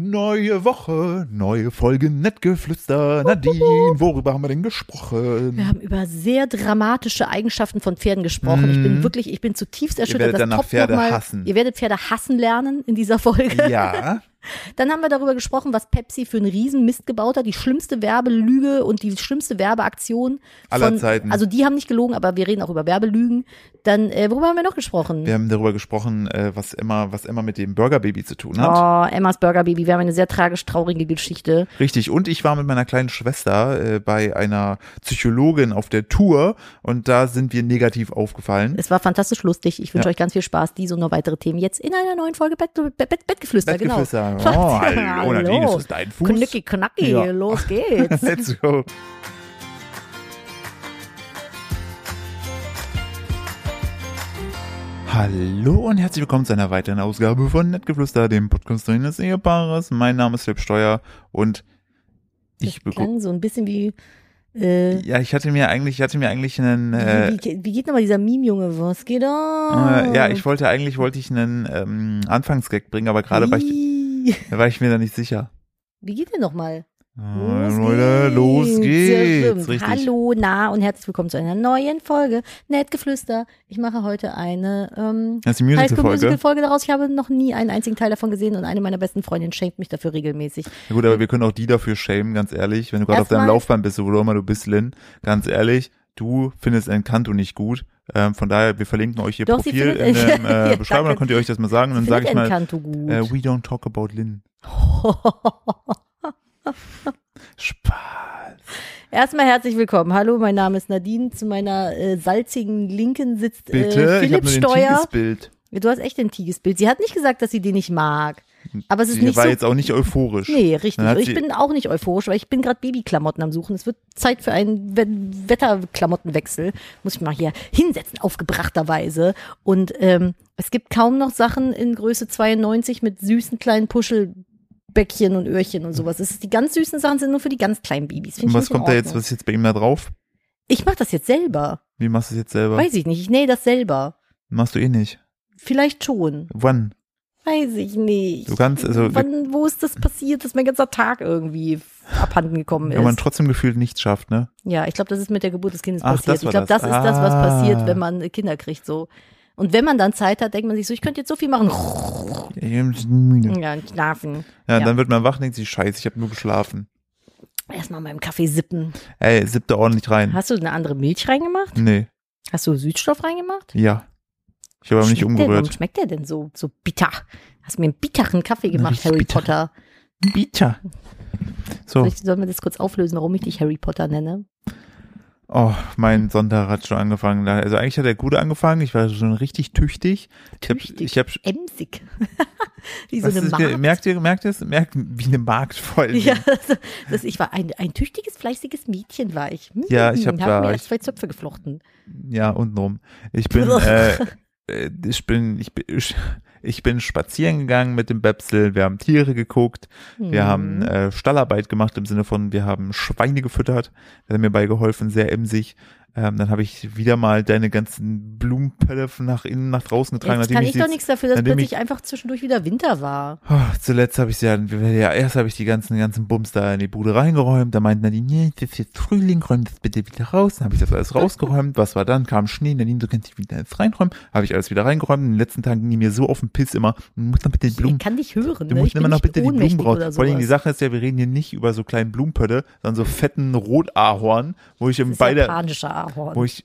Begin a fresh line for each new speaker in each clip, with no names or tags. Neue Woche, neue Folge Nettgeflüster. Nadine, worüber haben wir denn gesprochen?
Wir haben über sehr dramatische Eigenschaften von Pferden gesprochen. Ich bin wirklich, ich bin zutiefst erschüttert.
Mhm. werdet danach
toppt
Pferde
noch mal-
hassen.
Ihr werdet Pferde hassen lernen in dieser Folge.
Ja,
Dann haben wir darüber gesprochen, was Pepsi für einen Riesenmist gebaut hat. Die schlimmste Werbelüge und die schlimmste Werbeaktion. Von,
Aller Zeiten.
Also die haben nicht gelogen, aber wir reden auch über Werbelügen. Dann, äh, worüber haben wir noch gesprochen?
wir haben darüber gesprochen, äh, was immer, was immer mit dem Burgerbaby zu tun hat.
Oh, Emmas Burger Baby. Wir haben eine sehr tragisch traurige Geschichte.
Richtig. Und ich war mit meiner kleinen Schwester äh, bei einer Psychologin auf der Tour und da sind wir negativ aufgefallen.
Es war fantastisch lustig. Ich wünsche
Ja.
euch ganz viel Spaß. Diese und noch weitere Themen jetzt in einer neuen Folge Bett, Bett, Bett, Bettgeflüster.
Bettgeflüster.
Genau.
Oh, hallo, Nadine, ist das dein Fuß?
Knicki, knacki,
Ja.
los geht's.
Let's go. Hallo und herzlich willkommen zu einer weiteren Ausgabe von Nettgeflüster, dem Podcast des Ehepaares. Mein Name ist Philipp Steuer und ich
das
bekomme.
klang so ein bisschen wie, äh,
Ja, ich hatte mir eigentlich, ich hatte mir eigentlich einen. Äh,
wie, wie, wie geht nochmal dieser Meme-Junge? Was geht da?
äh, ja, ich wollte eigentlich wollte ich einen ähm, Anfangsgag bringen, aber gerade war ich,
wie,
war ich mir da nicht sicher.
wie geht denn nochmal?
Äh, Leute, los
Ja,
geht's.
stimmt.
Richtig.
Hallo, na und herzlich willkommen zu einer neuen Folge. Nettgeflüster. Ich mache heute eine ähm,
Das ist die
High School
Musical-Folge.
Musical Folge daraus. Ich habe noch nie einen einzigen Teil davon gesehen und eine meiner besten Freundinnen schenkt mich dafür regelmäßig.
Ja gut, aber wir können auch die dafür schämen, ganz ehrlich. Wenn du gerade auf deinem
Erstmal-
Laufband bist, wo du immer du bist, Lynn, ganz ehrlich, du findest Encanto nicht gut. Ähm, von daher, wir verlinken euch ihr
Doch, sie
Profil in
findet-
der
Ja,
äh, Beschreibung, dann
danke.
könnt ihr euch das mal sagen. Und dann sage
Findet
ich mal,
Encanto gut.
äh, we don't talk about Lynn.
Äh,
Spaß.
Erstmal herzlich willkommen. Hallo, mein Name ist Nadine. Zu meiner äh, salzigen Linken sitzt
Bitte,
äh,
ich habe
Philipp
nur den
Steuer.
Tigesbild.
Du hast echt ein Tigesbild. Sie hat nicht gesagt, dass sie den nicht mag. Aber es ist
Sie
nicht
war
so
jetzt auch nicht euphorisch.
Nee, richtig.
Dann hat
Und Ich
sie-
bin auch nicht euphorisch, weil ich bin gerade Babyklamotten am Suchen. Es wird Zeit für einen We Wetterklamottenwechsel. Muss ich mal hier hinsetzen, aufgebrachterweise. Und ähm, es gibt kaum noch Sachen in Größe 92 mit süßen kleinen Puschelbäckchen und Öhrchen und sowas. Es ist, die ganz süßen Sachen sind nur für die ganz kleinen Babys. Find
Und
ich
was
nicht in
kommt da jetzt,
Ordnung.
was ist jetzt bei ihm da drauf?
Ich mache das jetzt selber.
Wie machst du es jetzt selber?
Weiß ich nicht. Ich nähe das selber.
Machst du eh nicht.
Vielleicht schon.
Wann?
Weiß ich nicht.
Du kannst, also, wenn
Wann, wo ist das passiert, dass mein ganzer Tag irgendwie abhanden gekommen ist?
man trotzdem gefühlt nichts schafft, ne?
Ja, ich glaube, das ist mit der Geburt des Kindes
Ach,
passiert.
das
ich
war
glaube,
das.
das, ist das, was
Ah.
passiert, wenn man Kinder kriegt. So. Und wenn man dann Zeit hat, denkt man sich so, ich könnte jetzt so viel machen.
Ja, ein bisschen müde.
Ja, und schlafen.
Ja,
Ja.
dann wird man wach und denkt sich, scheiße, ich habe nur geschlafen.
Erstmal meinem Kaffee sippen.
Ey, siebte ordentlich rein.
Hast du eine andere Milch reingemacht?
Nee,
Hast du Süßstoff reingemacht?
ja. Ich habe aber nicht
Schmeckt der, warum
umgerührt.
schmeckt der denn so, so bitter? Hast mir einen bitteren Kaffee gemacht,
richtig
Harry
bitter.
Potter.
Bitter. So,
Soll ich, sollen wir das kurz auflösen, warum ich dich Harry Potter nenne?
oh, mein Sonntag hat schon angefangen. Also eigentlich hat er gut angefangen. Ich war schon richtig tüchtig. Ich hab,
Tüchtig.
ich hab,
Emsig. Wie so
was
eine
ist, mir-
Magd.
merkt ihr, merkt ihr es? Merkt, wie eine Magd voll.
Ja, das, das, ich war ein, ein tüchtiges, fleißiges Mädchen, war ich. Hm,
Ja, ich hab-
hab
war
mir
ich-
erst zwei Zöpfe geflochten.
ja untenrum. Ich bin, äh, äh, ich bin, ich bin, ich, ich bin spazieren gegangen mit dem Bepsel. Wir haben Tiere geguckt. Wir
Hm.
haben äh, Stallarbeit gemacht im Sinne von, wir haben Schweine gefüttert. Das hat mir bei geholfen, sehr emsig. Ähm, dann habe ich wieder mal deine ganzen Blumenpelle nach innen, nach draußen getragen.
Jetzt
nachdem
kann ich
sie
doch nichts dafür, dass
nachdem
plötzlich einfach zwischendurch wieder Winter war.
Oh, zuletzt habe ich sie ja, ja, erst habe ich die ganzen, ganzen Bums da in die Bude reingeräumt. Da meinten die, nee, das ist jetzt Frühling, räum das bitte wieder raus. Dann habe ich das alles rausgeräumt. Was war dann? Kam Schnee, Nadine, du kannst dich wieder jetzt reinräumen. Habe ich alles wieder reingeräumt. In den letzten Tagen ging die mir so auf den Piss immer, muss noch bitte die Blumen
Ich kann dich hören.
Du
ne?
musst
ich bin
immer noch
nicht
bitte die Blumen
ohnmächtig
raus.
oder
Vor allem die
sowas.
Sache ist ja, wir reden hier nicht über so kleinen Blumenpötte, sondern so fetten Rotahorn, wo ich
Das
im
ist
beide,
japanischer Ahorn.
wo ich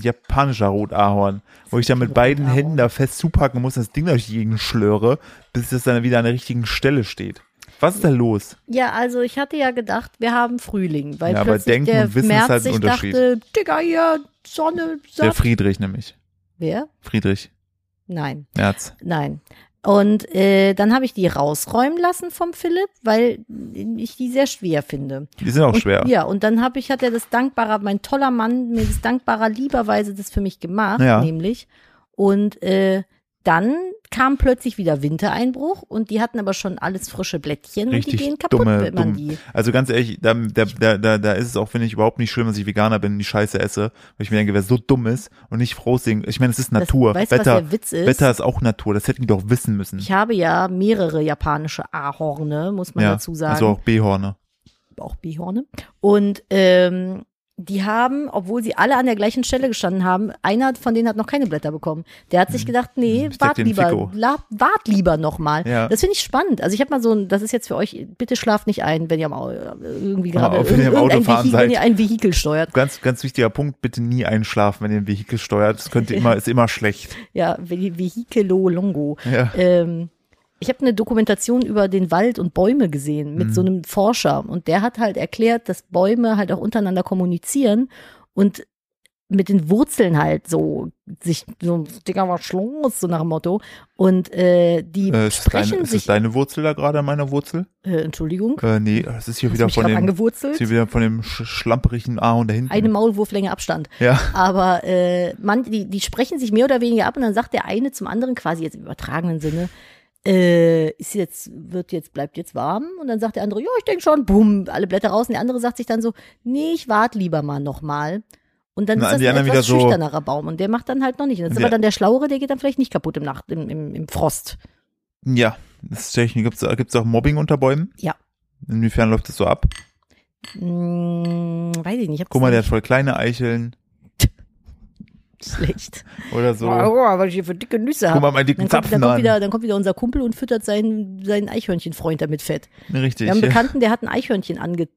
japanischer Rotahorn, wo ich dann mit beiden
Rotahorn.
Händen da fest zupacken muss, das Ding durch die Gegend schlöre, bis es dann wieder an der richtigen Stelle steht. Was ist da los?
Ja, also ich hatte ja gedacht, wir haben Frühling, weil
Ja, aber
plötzlich
Denken
der
und Wissen ist
März
halt ein
sich
Unterschied.
dachte, Digga, hier, Sonne,
Der
Saft.
Friedrich nämlich.
Wer?
Friedrich
Nein,
Merz.
nein. Und äh, dann habe ich die rausräumen lassen vom Philipp, weil ich die sehr schwer finde.
Die sind auch schwer.
Und, ja, und dann habe ich, hat er das dankbarer, mein toller Mann, mir das dankbarer lieberweise das für mich gemacht,
Ja.
nämlich. Und äh, Dann kam plötzlich wieder Wintereinbruch und die hatten aber schon alles frische Blättchen und
Richtig
die gehen kaputt,
dumme,
wenn man
dumm.
die.
Also ganz ehrlich, da, da, da, da, da ist es auch, finde ich, überhaupt nicht schlimm, dass ich Veganer bin und die Scheiße esse, weil ich mir denke, wer so dumm ist und nicht frohsingen, ich meine, es ist Natur.
Das, weißt du, was
Wetter,
der Witz ist?
Wetter ist auch Natur, das hätten die doch wissen müssen.
Ich habe ja mehrere japanische Ahorne, muss man dazu sagen.
Also auch B-Horne.
auch Bihorne. Und ähm, die haben, obwohl sie alle an der gleichen Stelle gestanden haben, einer von denen hat noch keine Blätter bekommen. Der hat sich gedacht, nee,
Mhm. Ich steck
wart
den
lieber,
Fico.
la, wart lieber nochmal.
Ja.
Das finde ich spannend. Also ich habe mal so ein, das ist jetzt für euch, bitte schlaft nicht ein, wenn ihr am, Au- irgendwie
Ja,
gerade
auch wenn ihr am
irgendein
Auto fahren
Vehikel,
seid.
wenn ihr ein Vehikel steuert.
Ganz, ganz wichtiger Punkt, bitte nie einschlafen, wenn ihr ein Vehikel steuert. Das könnte immer, ist immer schlecht.
Ja, Ve- Vehikelo Longo.
Ja.
Ähm, ich habe eine Dokumentation über den Wald und Bäume gesehen
Mhm.
mit so einem Forscher und der hat halt erklärt, dass Bäume halt auch untereinander kommunizieren und mit den Wurzeln halt so sich so Dinger was Schluss, so nach dem Motto und äh, die
Äh, ist, das deine,
sprechen
ist das
sich
deine Wurzel da gerade an meiner Wurzel?
äh, Entschuldigung,
Äh, nee, das ist hier
hast
wieder
du mich
von
gerade
dem, ist
angewurzelt.
hier wieder von dem sch schlamperigen Ahorn da hinten.
Eine Maulwurflänge Abstand.
ja.
Aber äh, man, die, die sprechen sich mehr oder weniger ab und dann sagt der eine zum anderen quasi jetzt im übertragenen Sinne, äh, ist jetzt, wird jetzt, bleibt jetzt warm und dann sagt der andere, ja, ich denke schon, bumm, alle Blätter raus und der andere sagt sich dann so, nee, ich warte lieber mal nochmal. Und dann
Na,
ist das
die
ein
anderen
etwas
wieder so-
schüchternerer Baum und der macht dann halt noch nicht. Und das ist
Ja.
aber dann der Schlauere, der geht dann vielleicht nicht kaputt im Nacht, im, im, im Frost.
Ja, das gibt's, gibt's auch Mobbing unter Bäumen?
Ja.
Inwiefern läuft das so ab?
Hm, weiß ich nicht, ich
Guck mal, der hat
hab's
voll kleine Eicheln
nicht schlecht.
oder so.
Oh, was ich hier für dicke Nüsse
Guck
habe.
mal, meine dicken
Dann kommt, dann,
Zapfen
kommt
an.
wieder, dann kommt wieder unser Kumpel und füttert seinen, seinen Eichhörnchenfreund damit fett.
Richtig.
Wir haben einen
ja.
Bekannten, der hat ein Eichhörnchen angelockt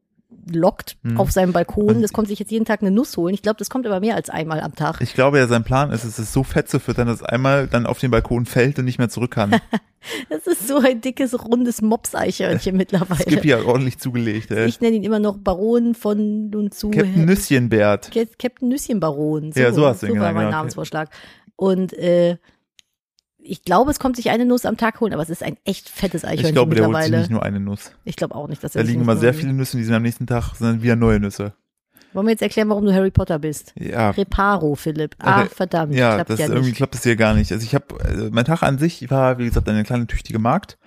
Mhm.
auf seinem Balkon.
Und-
Das kommt sich jetzt jeden Tag eine Nuss holen. Ich glaube, das kommt aber mehr als einmal am Tag.
Ich glaube ja, sein Plan ist, es ist so fett zu füttern, dass es einmal dann auf den Balkon fällt und nicht mehr zurück kann.
Das ist so ein dickes, rundes Mops-Eichhörnchen
Es gibt
mittlerweile.
ja ordentlich zugelegt. Ey.
Ich nenne ihn immer noch Baron von und zu.
Captain Nüsschenbert.
Cap- Captain Nüsschenbaron. So,
Ja, genau, so hast du ihn
so war
genannt,
mein
ja, okay.
Namensvorschlag. Und äh, ich glaube, es kommt sich eine Nuss am Tag holen, aber es ist ein echt fettes Eichhörnchen
Ich glaube, der holt sich
mittlerweile.
nicht nur eine Nuss.
ich glaube auch nicht, dass
Da
er sich
liegen
nicht
immer
nur-
sehr viele Nüsse, die sind am nächsten Tag sind wieder neue Nüsse.
Wollen wir jetzt erklären, warum du Harry Potter bist?
Ja,
Reparo, Philipp. Ah,
Re-
verdammt.
ja
klappt
das
ja
irgendwie
nicht.
klappt das hier gar nicht. Also ich habe, also mein Tag an sich war, wie gesagt, eine kleine tüchtige Magd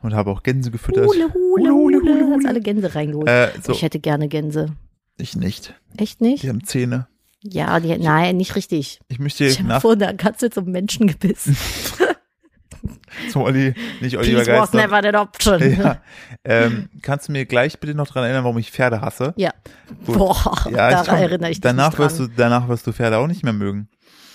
und habe auch Gänse gefüttert.
Hule, hule,
Hule, hule,
hule,
hule,
Hat's
hule.
alle Gänse reingeholt.
Äh, so,
Ich hätte gerne Gänse.
ich nicht.
Echt nicht?
Die haben Zähne.
Ja, die, nein, nicht richtig.
Ich möchte
Ich
jetzt
habe
nach
vor einer Katze zum Menschen gebissen.
zum Olli, nicht Oliver
Peace was
Geister.
never an option.
Ja. Ähm, kannst du mir gleich bitte noch dran erinnern, warum ich Pferde hasse?
Ja.
Gut.
Boah,
Ja,
daran
komm,
erinnere ich mich
danach
nicht
wirst du
dran.
danach wirst du Pferde auch nicht mehr mögen.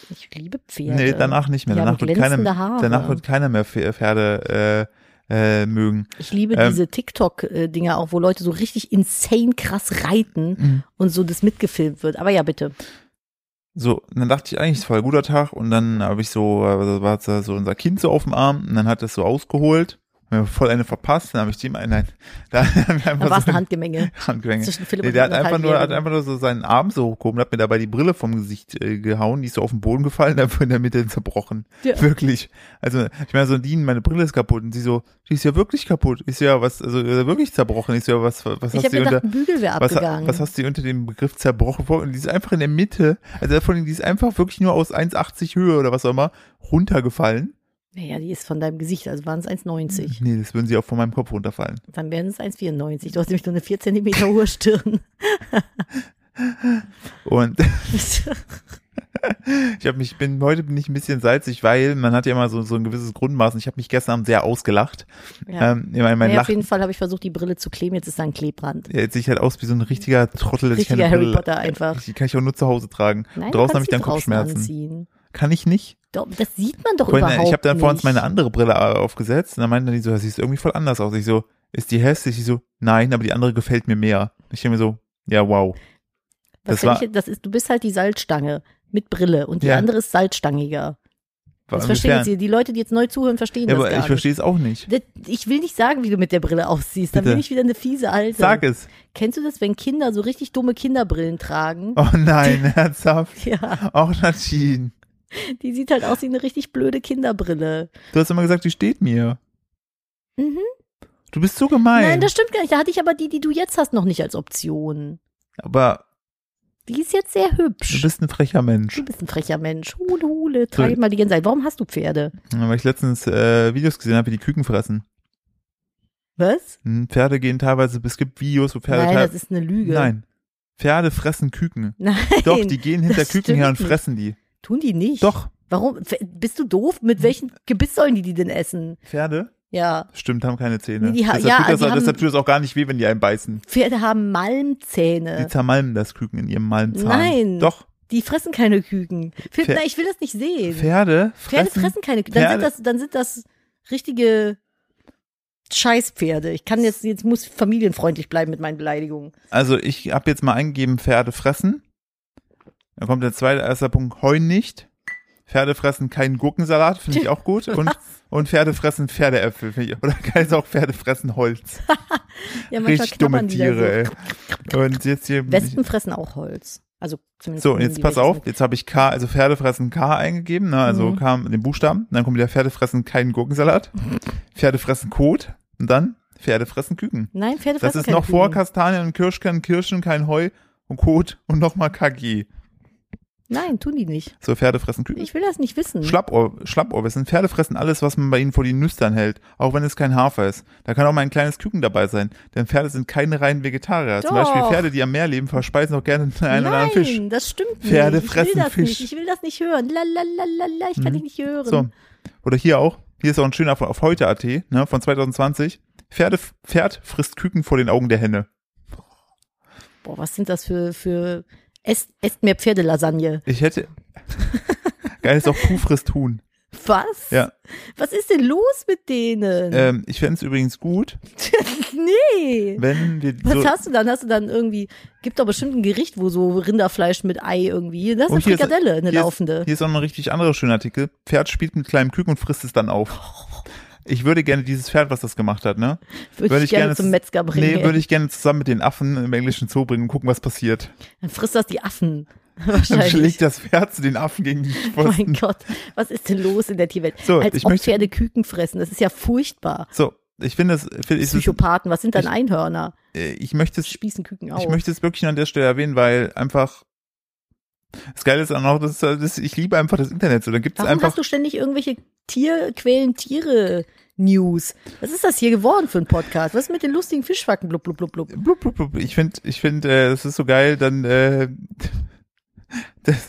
Ich liebe Pferde.
Nee, danach nicht mehr.
Die
Danach
haben
wird keiner
glänzende Haare.
danach wird keiner mehr Pfe- Pferde äh, äh, mögen.
Ich liebe
Ähm,
diese TikTok-Dinger auch, wo Leute so richtig insane krass reiten und so das mitgefilmt wird. Aber ja, bitte.
So, und dann dachte ich eigentlich, es war ein guter Tag und dann habe ich so, äh, war so so unser Kind so auf dem Arm und dann hat es so ausgeholt, mir voll eine verpasst, dann habe ich dem einen, nein, da haben wir
Da
einfach
war es
so
eine Handgemenge
Handgemenge.
zwischen Philipp
Nee,
und
der hat einfach nur, hat
anderthalbjährigen.
einfach nur so seinen Arm so hochgehoben, hat mir dabei die Brille vom Gesicht äh, gehauen, die ist so auf den Boden gefallen, dann in der Mitte zerbrochen.
Ja.
Wirklich. Also, ich meine, so, Dean, meine Brille ist kaputt. Und sie so, die ist ja wirklich kaputt. Ist ja was, also, äh, wirklich zerbrochen. Ist ja was, was
Ich
hast
habe
du
gedacht,
unter,
ein Bügel wäre
was,
abgegangen.
was hast du unter dem Begriff zerbrochen vor? Und die ist einfach in der Mitte, also vor allem, die ist einfach wirklich nur aus 1,80 Höhe oder was auch immer runtergefallen.
naja, die ist von deinem Gesicht, also waren es 1,90.
Nee, das würden sie auch von meinem Kopf runterfallen.
Dann wären es 1,94. Du hast nämlich nur eine 4 Zentimeter hohe Stirn.
Und Ich habe mich bin heute bin ich ein bisschen salzig, weil man hat ja immer so so ein gewisses Grundmaß. Und ich habe mich gestern Abend sehr ausgelacht.
ja.
Ähm, ich meine, mein
naja, auf
Lachen
jeden Fall habe ich versucht, die Brille zu kleben. Jetzt ist da ein Klebrand.
jetzt sehe ich halt aus wie so ein richtiger Trottel, dass
Richtiger
ich keine
Harry
Brille-
Potter einfach.
Die kann ich auch nur zu Hause tragen.
Nein, du
draußen
kannst
habe ich
sie
dann
draußen
Kopfschmerzen.
Anziehen.
Kann ich nicht.
Doch, das sieht man doch
Vorhin,
überhaupt
ich habe dann
nicht.
vor uns meine andere Brille aufgesetzt und dann meinte die so, das sieht irgendwie voll anders aus. Ich so, ist die hässlich? Ich so, nein, aber die andere gefällt mir mehr. Ich denke mir so, ja wow.
Was
das
find
war-
ich, das ist, du bist halt die Salzstange mit Brille und die
Ja.
andere ist salzstangiger.
War
Das verstehen
inwiefern?
jetzt die, die Leute, die jetzt neu zuhören, verstehen
Ja,
das
aber
gar
ich verstehe es auch nicht.
nicht. Das- Ich will nicht sagen, wie du mit der Brille aussiehst. Dann
Bitte.
bin ich wieder eine fiese Alte.
Sag es.
Kennst du das, wenn Kinder so richtig dumme Kinderbrillen tragen?
Oh nein, herzhaft.
Ja,
Auch Nadine.
die sieht halt aus wie eine richtig blöde Kinderbrille.
Du hast immer gesagt, die steht mir.
Mhm.
Du bist so gemein.
Nein, das stimmt gar nicht. Da hatte ich aber die, die du jetzt hast, noch nicht als Option.
aber
Die ist jetzt sehr
Du
hübsch.
bist ein frecher Mensch.
Du bist ein frecher Mensch. Hule, hule, treib mal die Gänse ein. Warum hast du Pferde?
Ja, Weil ich letztens äh, Videos gesehen habe, wie die Küken fressen.
Was?
Hm, Pferde gehen teilweise, es gibt Videos, wo Pferde
Nein, das
teilweise.
ist eine Lüge.
Nein. Pferde fressen Küken.
Nein.
Doch, die gehen hinter
das
Küken her und
stimmt nicht.
fressen die.
Tun die nicht.
Doch,
Warum? F- Bist du doof? Mit welchem Gebiss sollen die die denn essen?
Pferde,
Ja.
stimmt, haben keine Zähne.
Die ha-
deshalb,
ja,
tut das,
die haben-
deshalb tut es auch gar nicht weh, wenn die einen beißen.
Pferde haben
Die
Malmzähne.
zermalmen das Küken in ihrem Malmzahn.
Äh. Nein.
Doch,
Die fressen keine Küken. Pferd,
Pfer-
Nein, ich will das nicht sehen.
Pferde fressen.
Pferde fressen keine Küken. Dann sind
Pferde-
das, dann sind das richtige Scheißpferde. Ich kann jetzt, jetzt muss ich familienfreundlich bleiben mit meinen Beleidigungen.
Also ich habe jetzt mal eingegeben, Pferde fressen. Dann kommt der zweite, erster Punkt, Heun nicht. Pferde fressen keinen Gurkensalat, finde ich auch gut. Und, und Pferde fressen Pferdeäpfel, finde ich. Oder geil ist auch Pferde fressen Holz.
Ja, manchmal
Richtig dumme
knabbern die da
Tiere,
so.
ey. Und jetzt hier.
Wespen fressen auch Holz. Also zumindest.
So, und
nehmen
jetzt
die
pass
Wespen.
auf, jetzt habe ich K, also Pferde fressen K eingegeben, ne? also
Mhm.
kam den Buchstaben, dann kommt wieder Pferde fressen keinen Gurkensalat, Pferde fressen Kot und dann Pferde fressen Küken.
Nein, Pferde
Das
fressen
ist
keine
noch vor
Küken.
Kastanien und Kirschkern, Kirschen, kein Heu und Kot und nochmal KG.
Nein, tun die nicht.
So Pferde fressen Küken.
Ich will das nicht wissen.
Schlappohr, Schlappohrwissen. Pferde fressen alles, was man bei ihnen vor die Nüstern hält, auch wenn es kein Hafer ist. Da kann auch mal ein kleines Küken dabei sein, denn Pferde sind keine reinen Vegetarier. Zum Beispiel
Doch.
Pferde, die am Meer leben, verspeisen auch gerne den einen oder
Nein,
anderen Fisch.
das stimmt nicht.
Pferde
ich
fressen
will das
Fisch.
Nicht. Ich will das nicht hören. La, la, la, la, la. Ich kann
Mhm.
dich nicht hören.
So. Oder hier auch. Hier ist auch ein schöner von, auf heute.at, ne, von 2020. Pferde, Pferd frisst Küken vor den Augen der Henne.
Boah, was sind das für, für, esst, esst mehr Pferdelasagne.
Ich hätte, geil ist auch Kuh frisst Huhn.
Was?
Ja.
Was ist denn los mit denen?
Ähm, ich fände es übrigens gut,
nee.
wenn wir
Was
so,
hast du dann? Hast du dann irgendwie, gibt doch bestimmt ein Gericht, wo so Rinderfleisch mit Ei irgendwie, hier, das ist
Und
eine
Oh, hier ist-
Frikadelle, eine
hier ist-
laufende.
hier ist auch noch ein richtig anderer schöner Artikel. Pferd spielt mit kleinem Küken und frisst es dann auf. Ich würde gerne dieses Pferd, was das gemacht hat, ne?
würde, ich gerne, zum Metzger bringen.
Nee, würde ich gerne zusammen mit den Affen im englischen Zoo bringen und gucken, was passiert.
dann frisst das die Affen.
Dann
Wahrscheinlich. Oh
schlägt das Pferd zu den Affen gegen die Pfosten.
Mein Gott, was ist denn los in der Tierwelt?
So,
Als
ich
ob
möchte-
Pferde Küken fressen, das ist ja furchtbar.
So, ich finde es, finde ich, es-
Psychopathen, was sind dann
ich-
Einhörner?
äh, ich möchte es
Spießen Küken auf.
Ich möchte es wirklich nur an der Stelle erwähnen, weil einfach das Geile ist auch noch, dass, dass ich liebe einfach das Internet so. Da gibt es
Warum
einfach
hast du ständig irgendwelche Tier quälen Tiere News? Was ist das hier geworden für ein Podcast? Was ist mit den lustigen Fischfacken? Blub, blub, blub, blub.
blub, blub, blub. ich finde, ich finde, äh, das ist so geil, dann äh, das,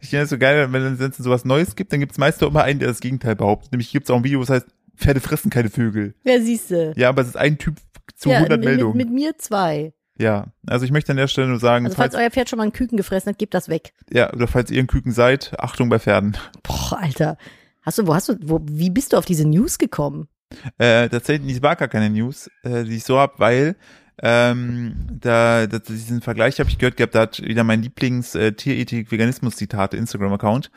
ich finde es so geil, wenn es sonst sowas Neues gibt, dann gibt es meist doch immer einen, der das Gegenteil behauptet. Nämlich gibt es auch ein Video, das heißt Pferde fressen keine Vögel.
Ja, siehste.
Ja, aber es ist ein Typ zu
ja,
100
mit,
Meldungen.
Mit, mit mir zwei.
ja, also ich möchte an der Stelle nur sagen,
Also falls
falls,
euer Pferd schon mal einen Küken gefressen hat, gebt das weg.
ja, oder falls ihr ein Küken seid, Achtung bei Pferden.
Boah, Alter. Hast du, wo hast du, wo, wie bist du auf diese News gekommen?
Äh, tatsächlich, es war gar keine News, äh, die ich so hab, weil ähm, da, da diesen Vergleich habe ich gehört gehabt, da hat wieder mein Lieblings äh, Tierethik Veganismus Zitate Instagram Account.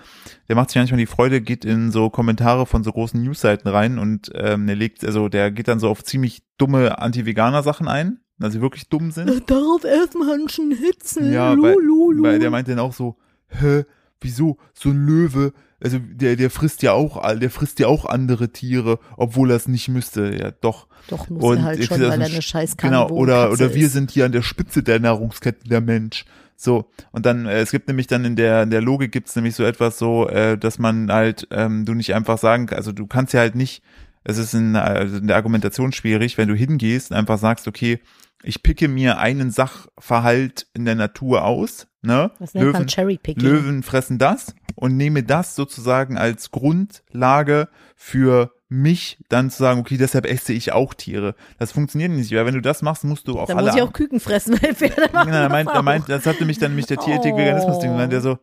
Der macht sich manchmal die Freude, geht in so Kommentare von so großen Newsseiten rein und ähm, der legt also der geht dann so auf ziemlich dumme Anti-Veganer Sachen ein, also die wirklich dumm sind.
Darauf erstmal einen Schnitzel.
Ja, weil, weil der meint dann auch so, hä, wieso so ein Löwe? Also der der frisst ja auch all, der frisst ja auch andere Tiere, obwohl er es nicht müsste. Ja, doch.
Doch, muss
Und
er halt
ich
schon,
sehe das
weil er
ein
eine scheiß
Genau, oder,
Kannibodenkatze
oder wir
ist.
sind hier an der Spitze der Nahrungskette der Mensch. So, und dann, äh, es gibt nämlich dann in der, in der Logik gibt's nämlich so etwas so, äh, dass man halt, ähm, du nicht einfach sagen, also du kannst ja halt nicht, es ist in, also in der Argumentation schwierig, wenn du hingehst und einfach sagst,
Mhm.
okay, ich picke mir einen Sachverhalt in der Natur aus, ne?
Das nennt man
Löwen-
Cherrypicking.
Löwen fressen das und nehme das sozusagen als Grundlage für mich, dann zu sagen, okay, deshalb esse ich auch Tiere. Das funktioniert nicht, weil wenn du das machst, musst du auf
Dann
alle
muss ich auch
anderen-
Küken fressen, weil Pferde machen
Genau, er meint,
das Oh.
er
auch.
meint, das hatte mich dann nämlich der Tierethik Veganismus Ding, meint der so,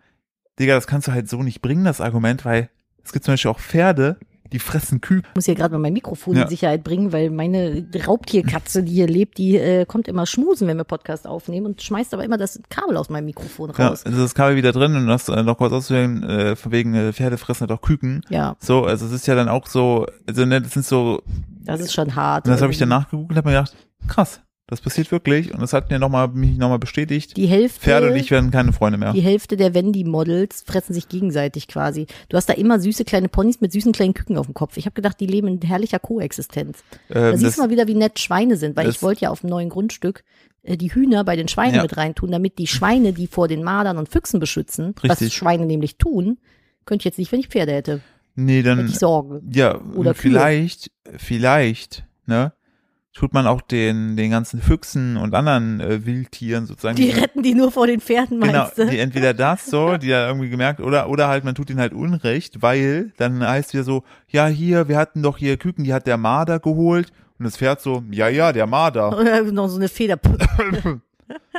Digga, das kannst du halt so nicht bringen, das Argument, weil es gibt zum Beispiel auch Pferde, die fressen Kühe.
Ich muss hier gerade mal mein Mikrofon
Ja.
in Sicherheit bringen, weil meine Raubtierkatze, die hier lebt, die äh, kommt immer schmusen, wenn wir Podcast aufnehmen und schmeißt aber immer das Kabel aus meinem Mikrofon
Ja,
raus.
also das kam wieder drin und das äh, noch kurz auszuwählen, äh, von wegen äh, Pferde fressen halt auch Küken.
Ja,
So, also es ist ja dann auch so, also ne, das sind so
das ist schon hart. Ähm,
Und das habe ich dann nachgegoogelt und habe mir gedacht, krass, Das passiert wirklich. Und das hat mir nochmal, mich nochmal bestätigt.
Die Hälfte,
Pferde und ich werden keine Freunde mehr.
die Hälfte der Wendy-Models fressen sich gegenseitig quasi. Du hast da immer süße kleine Ponys mit süßen kleinen Küken auf dem Kopf. Ich habe gedacht, die leben in herrlicher Koexistenz. Da
Ähm,
siehst du mal wieder, wie nett Schweine sind, weil
das-
ich wollte ja auf dem neuen Grundstück äh, die Hühner bei den Schweinen
Ja.
mit reintun, damit die Schweine, die vor den Mardern und Füchsen beschützen, was
Richtig.
Schweine nämlich tun, könnte ich jetzt nicht, wenn ich Pferde hätte.
nee, dann,
Hätte ich Sorge.
Ja,
Oder
und
Kühe.
vielleicht, vielleicht, ne, tut man auch den, den ganzen Füchsen und anderen äh, Wildtieren sozusagen.
Die retten die nur vor den Pferden,
genau,
meinst du?
die entweder das so, die ja irgendwie gemerkt, oder, oder halt, man tut ihnen halt Unrecht, weil dann heißt wieder so, ja, hier, wir hatten doch hier Küken, die hat der Marder geholt. Und das Pferd so, ja, ja, der Marder.
Oder noch so eine Feder. Oh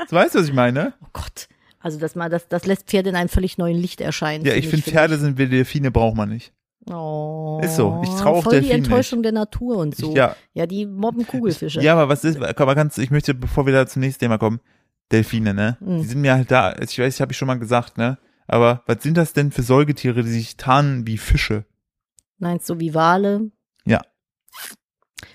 So, weißt du, was ich meine?
Gott. Also das mal, das, das lässt Pferde in einem völlig neuen Licht erscheinen.
Ja, ich finde, Pferde sind wie Delfine, braucht man nicht.
Oh,
Ist so. Ich trau auf
Voll die
Delfine
Enttäuschung der Natur und so.
Ich, ja,
ja, die mobben Kugelfische.
Ja, aber was ist, aber ganz, ich möchte, bevor wir da zum nächsten Thema kommen, Delfine, ne?
Mhm.
Die sind mir halt da, ich weiß, habe ich schon mal gesagt, ne? Aber was sind das denn für Säugetiere, die sich tarnen wie Fische?
Meinst du wie Wale?
Ja.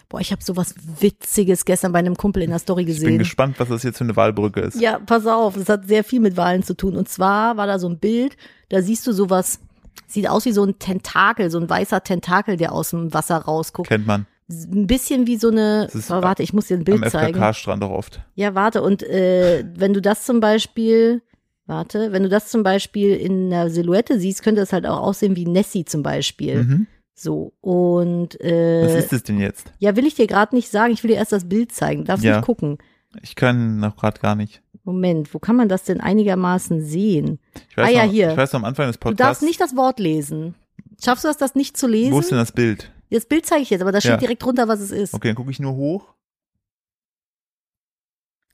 Boah, ich habe sowas Witziges gestern bei einem Kumpel in der Story
Ich bin
gesehen.
gespannt, was das jetzt für eine Wahlbrücke ist.
Ja, pass auf, es hat sehr viel mit Wahlen zu tun. Und zwar war da so ein Bild, da siehst du sowas, sieht aus wie so ein Tentakel, so ein weißer Tentakel, der aus dem Wasser rausguckt.
Kennt man
Ein bisschen wie so eine,
Das ist
oh, warte, ich muss dir ein
am
Bild zeigen.
FKK-Strand auch oft.
Ja, warte, und äh, wenn du das zum Beispiel, warte, wenn du das zum Beispiel in einer Silhouette siehst, könnte es halt auch aussehen wie Nessie zum Beispiel.
Mhm.
So, und äh,
Was ist das denn jetzt?
ja, will ich dir gerade nicht sagen, ich will dir erst das Bild zeigen. Du Darfst
Ja.
nicht gucken.
Ich kann noch gerade gar nicht.
Moment, wo kann man das denn einigermaßen sehen?
Ich weiß
Ah, ja,
noch,
hier.
Ich weiß noch am Anfang des
Du
Podcasts.
darfst nicht das Wort lesen. Schaffst du das, das nicht zu
Wo ist
lesen?
denn das Bild?
Das Bild zeige ich jetzt, aber da steht
Ja.
direkt drunter, was es ist.
Okay, dann gucke ich nur hoch.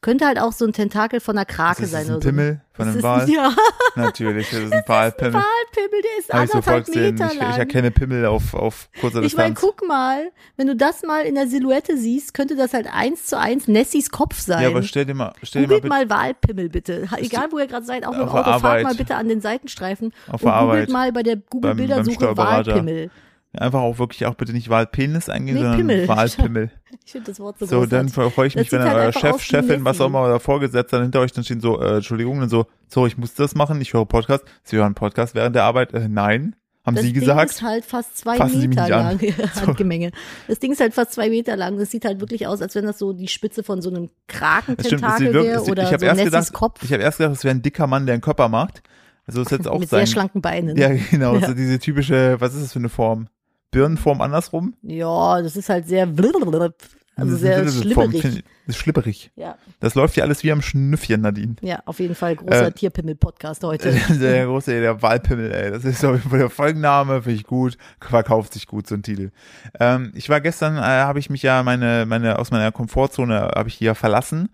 Könnte halt auch so ein Tentakel von einer Krake
ist das
sein
ein
oder so. ne?
Pimmel von
Das
einem
ist-
Wal?
Ja,
Natürlich, das ist ein Walpimmel.
Pimmel, der ist
Habe ich sofort
anderthalb
gesehen.
Meter
Ich, ich
lang.
erkenne Pimmel auf, auf kurzer
Ich meine,
Distanz.
guck mal, wenn du das mal in der Silhouette siehst, könnte das halt eins zu eins Nessies Kopf sein.
ja, aber stell dir mal, stell dir mal
Googelt
bitte
mal Walpimmel bitte. Ha- Egal wo ihr gerade seid, auch mit dem
Auf der
Auto, fahrt
Arbeit.
mal bitte an den Seitenstreifen
Auf
und
der
googelt
Arbeit.
mal bei der
Beim- beim
Google-Bildersuche
Steuerberater.
Walpimmel.
Einfach auch wirklich auch bitte nicht Wahlpenis eingehen,
Nee,
sondern
Pimmel.
Wahlpimmel.
Ich finde das Wort so,
So, dann
großartig.
freue ich
Das
mich, wenn
sieht
dann
halt
euer
einfach
Chef,
aus wie
Chefin, was auch
Nessie.
immer, oder Vorgesetzter dann hinter euch dann stehen so, äh, Entschuldigung, dann so, sorry, ich musste das machen, ich höre Podcast. Sie hören Podcast während der Arbeit? Äh, nein, haben
das
Sie
Ding
gesagt.
ist halt fast zwei
Fassen Sie mich
Meter
nicht an.
lang. Handgemenge. Das Ding ist halt fast zwei Meter lang. Das sieht halt wirklich aus, als wenn das so die Spitze von so einem
Es stimmt, es sieht
Krakententakel
wirklich,
wäre
es sieht,
oder
ich habe
so
erst
Nessies
gedacht,
Kopf
ich habe erst gedacht, es wäre ein dicker Mann, der einen Körper macht. Also es jetzt auch
mit sehr
sein.
schlanken Beinen.
ja, genau,
Ja.
so diese typische, was ist das für eine Form? Birnenform andersrum?
Ja, das ist halt sehr also sehr
das ist eine Form,
schlibberig.
find- Das ist schlipperig.
Ja,
Das läuft ja alles wie am Schnüffchen, Nadine.
ja, auf jeden Fall großer
Äh,
Tierpimmel-Podcast heute.
der große, der Wahlpimmel, ey. Das ist auf jeden Fall der Folgenname, finde ich gut, verkauft sich gut, so ein Titel. Ähm, ich war gestern, äh, habe ich mich ja meine, meine, aus meiner Komfortzone habe ich hier verlassen.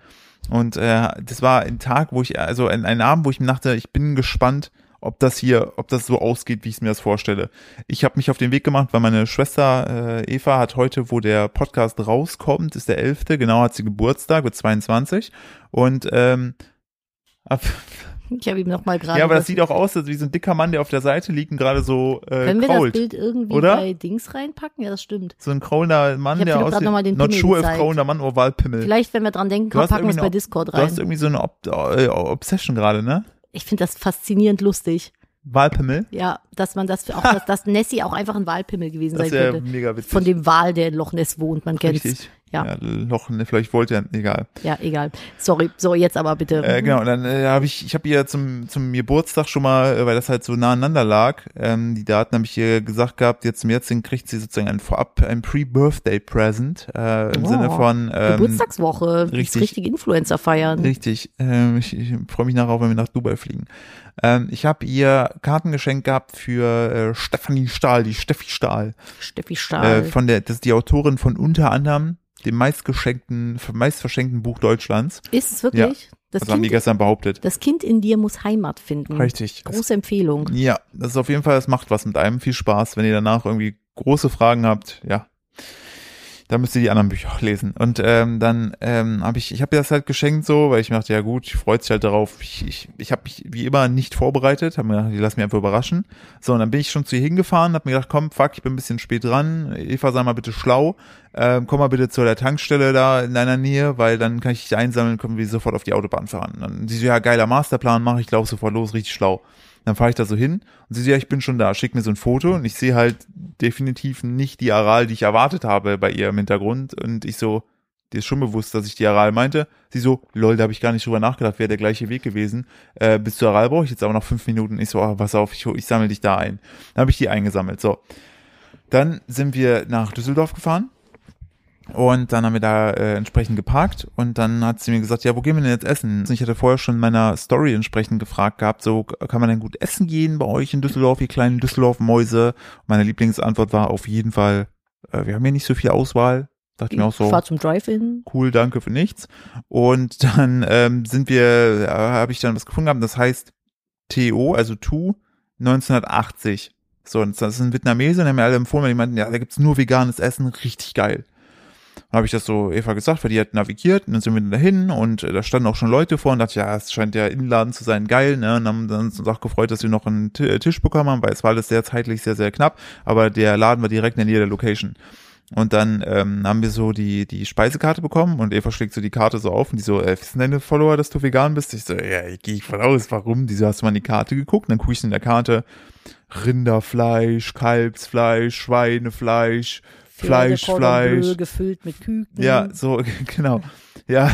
Und äh, das war ein Tag, wo ich, also ein, ein Abend, wo ich mir dachte, ich bin gespannt, ob das hier, ob das so ausgeht, wie ich es mir das vorstelle. Ich habe mich auf den Weg gemacht, weil meine Schwester äh, Eva hat heute, wo der Podcast rauskommt, ist der 11., genau hat sie Geburtstag, wird 22. Und ähm, ab,
Ich habe ihm noch mal gerade.
ja, aber das
das-
sieht auch aus als wie so ein dicker Mann, der auf der Seite liegt und gerade so äh,
Können wir das
krault.
Bild irgendwie
oder?
bei Dings reinpacken? Ja, das stimmt.
so ein kraulender Mann,
Ich hab dir
der
doch grad
aussieht.
noch mal den
not
Pimmel
sure if
gezeigt.
kraulender Mann, Ovalpimmel.
Vielleicht, wenn wir dran denken,
Äh, Du hast
packen wir es
irgendwie
bei
eine-
Discord
Du hast
rein.
irgendwie so eine Ob äh, Obsession gerade, ne?
Ich finde das faszinierend lustig.
Walpimmel.
Ja, dass man das auch, dass, dass Nessie auch einfach ein Walpimmel gewesen
Das
sein
ist ja
könnte.
mega witzig.
Von dem Wal, der in Loch Ness wohnt, man kennt's.
Richtig.
Ja.
ja Loch, ne, vielleicht wollte er, egal.
Ja, egal. Sorry, so jetzt aber bitte.
Äh, genau, und dann äh, habe ich, ich habe ihr zum, zum Geburtstag schon mal, äh, weil das halt so nah aneinander lag, ähm, die Daten habe ich ihr gesagt gehabt, jetzt zum jetzigen kriegt sie sozusagen ein Vorab, ein Pre-Birthday-Present, äh, im
Oh.
Sinne von ähm,
Geburtstagswoche, richtig.
richtig.
richtig Influencer feiern.
Richtig. Ähm, ich ich freue mich nachher, wenn wir nach Dubai fliegen. Ähm, ich habe ihr Karten geschenkt gehabt für äh, Stefanie Stahl, die Steffi Stahl.
Steffi
Äh,
Stahl.
von der, das ist die Autorin von unter anderem dem meistgeschenkten, meistverschenkten Buch Deutschlands.
ist es wirklich? Das, Hm.
Das haben die
kind,
gestern behauptet.
das Kind in dir muss Heimat finden.
Richtig.
Große Empfehlung.
Ja, das ist auf jeden Fall, das macht was mit einem. Viel Spaß, wenn ihr danach irgendwie große Fragen habt. Ja. da müsst ihr die anderen Bücher auch lesen. Und ähm, dann ähm, habe ich, ich habe ihr das halt geschenkt so, weil ich mir dachte, ja gut, freut sich halt darauf. Ich, ich, ich habe mich wie immer nicht vorbereitet, habe mir gedacht, die lassen mich einfach überraschen. So, und dann bin ich schon zu ihr hingefahren, habe mir gedacht, komm, fuck, ich bin ein bisschen spät dran. Eva, sei mal bitte schlau, ähm, komm mal bitte zu der Tankstelle da in deiner Nähe, weil dann kann ich dich einsammeln, können wir sofort auf die Autobahn fahren. Und dann sie so, ja, geiler Masterplan, mache ich, lauf sofort los, richtig schlau. Dann fahre ich da so hin und sie so, ja, ich bin schon da, schick mir so ein Foto und ich sehe halt definitiv nicht die Aral, die ich erwartet habe bei ihr im Hintergrund und ich so, dir ist schon bewusst, dass ich die Aral meinte. Sie so, lol, da habe ich gar nicht drüber nachgedacht, wäre der gleiche Weg gewesen. Äh, bis zur Aral brauche ich jetzt aber noch fünf Minuten. Ich so, ah, pass auf, ich, ich sammle dich da ein. Dann habe ich die eingesammelt, so. Dann sind wir nach Düsseldorf gefahren und dann haben wir da äh, entsprechend geparkt und dann hat sie mir gesagt, ja, wo gehen wir denn jetzt essen? Ich hatte vorher schon in meiner Story entsprechend gefragt gehabt, so kann man denn gut essen gehen bei euch in Düsseldorf, ihr kleinen Düsseldorf-Mäuse? Meine Lieblingsantwort war auf jeden Fall, äh, wir haben hier nicht so viel Auswahl. Dachte ich mir auch so,
Ich fahr zum Drive-In.
cool, danke für nichts. Und dann ähm, sind wir, äh, habe ich dann was gefunden gehabt, das heißt TO, also TU 1980. So, und das ist ein Vietnamese, und haben mir alle empfohlen, weil die meinten, ja, da gibt's nur veganes Essen, richtig geil. Dann habe ich das so Eva gesagt, weil die hat navigiert und dann sind wir dahin und äh, da standen auch schon Leute vor und dachte, ja, es scheint ja Inladen zu sein, geil, ne? Und haben dann uns auch gefreut, dass wir noch einen Ti- äh, Tisch bekommen haben, weil es war alles sehr zeitlich sehr, sehr knapp, aber der Laden war direkt in der Nähe der Location. Und dann ähm, haben wir so die, die Speisekarte bekommen und Eva schlägt so die Karte so auf und die so, äh, wissen deine Follower, dass du vegan bist? Ich so, ja, ich gehe von aus, warum? Die so, hast du mal in die Karte geguckt? Und dann gucke ich in der Karte, Rinderfleisch, Kalbsfleisch, Schweinefleisch, Fleisch,
Cordon
Fleisch.
Bleu, gefüllt mit Küken. Also
Ja, so, genau. Ja,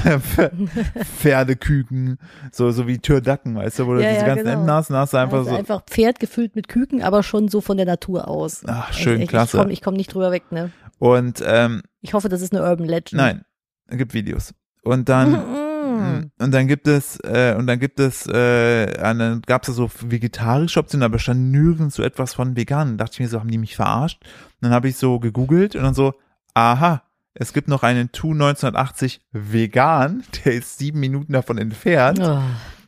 Pferdeküken, so, so wie Türdacken, weißt du, wo du
Ja,
diese
ja,
ganzen
genau.
Enten hast, und hast du einfach
also
so.
einfach Pferd gefüllt mit Küken, aber schon so von der Natur aus.
ach,
Also
schön,
echt, Mhm.
klasse.
Ich komme komm nicht drüber weg, ne?
und, ähm,
Ich hoffe, das ist eine Urban Legend.
nein, Hm. es gibt Videos. Und dann,
Mhm.
und dann gibt es, äh, und dann gibt es, äh, eine, gab's da so vegetarische Optionen, aber stand nirgends so etwas von vegan. Dachte ich mir so, haben die mich verarscht? Und dann habe ich so gegoogelt und dann so, aha, es gibt noch einen Tu 1980 vegan, der ist sieben Minuten davon entfernt.
Ah.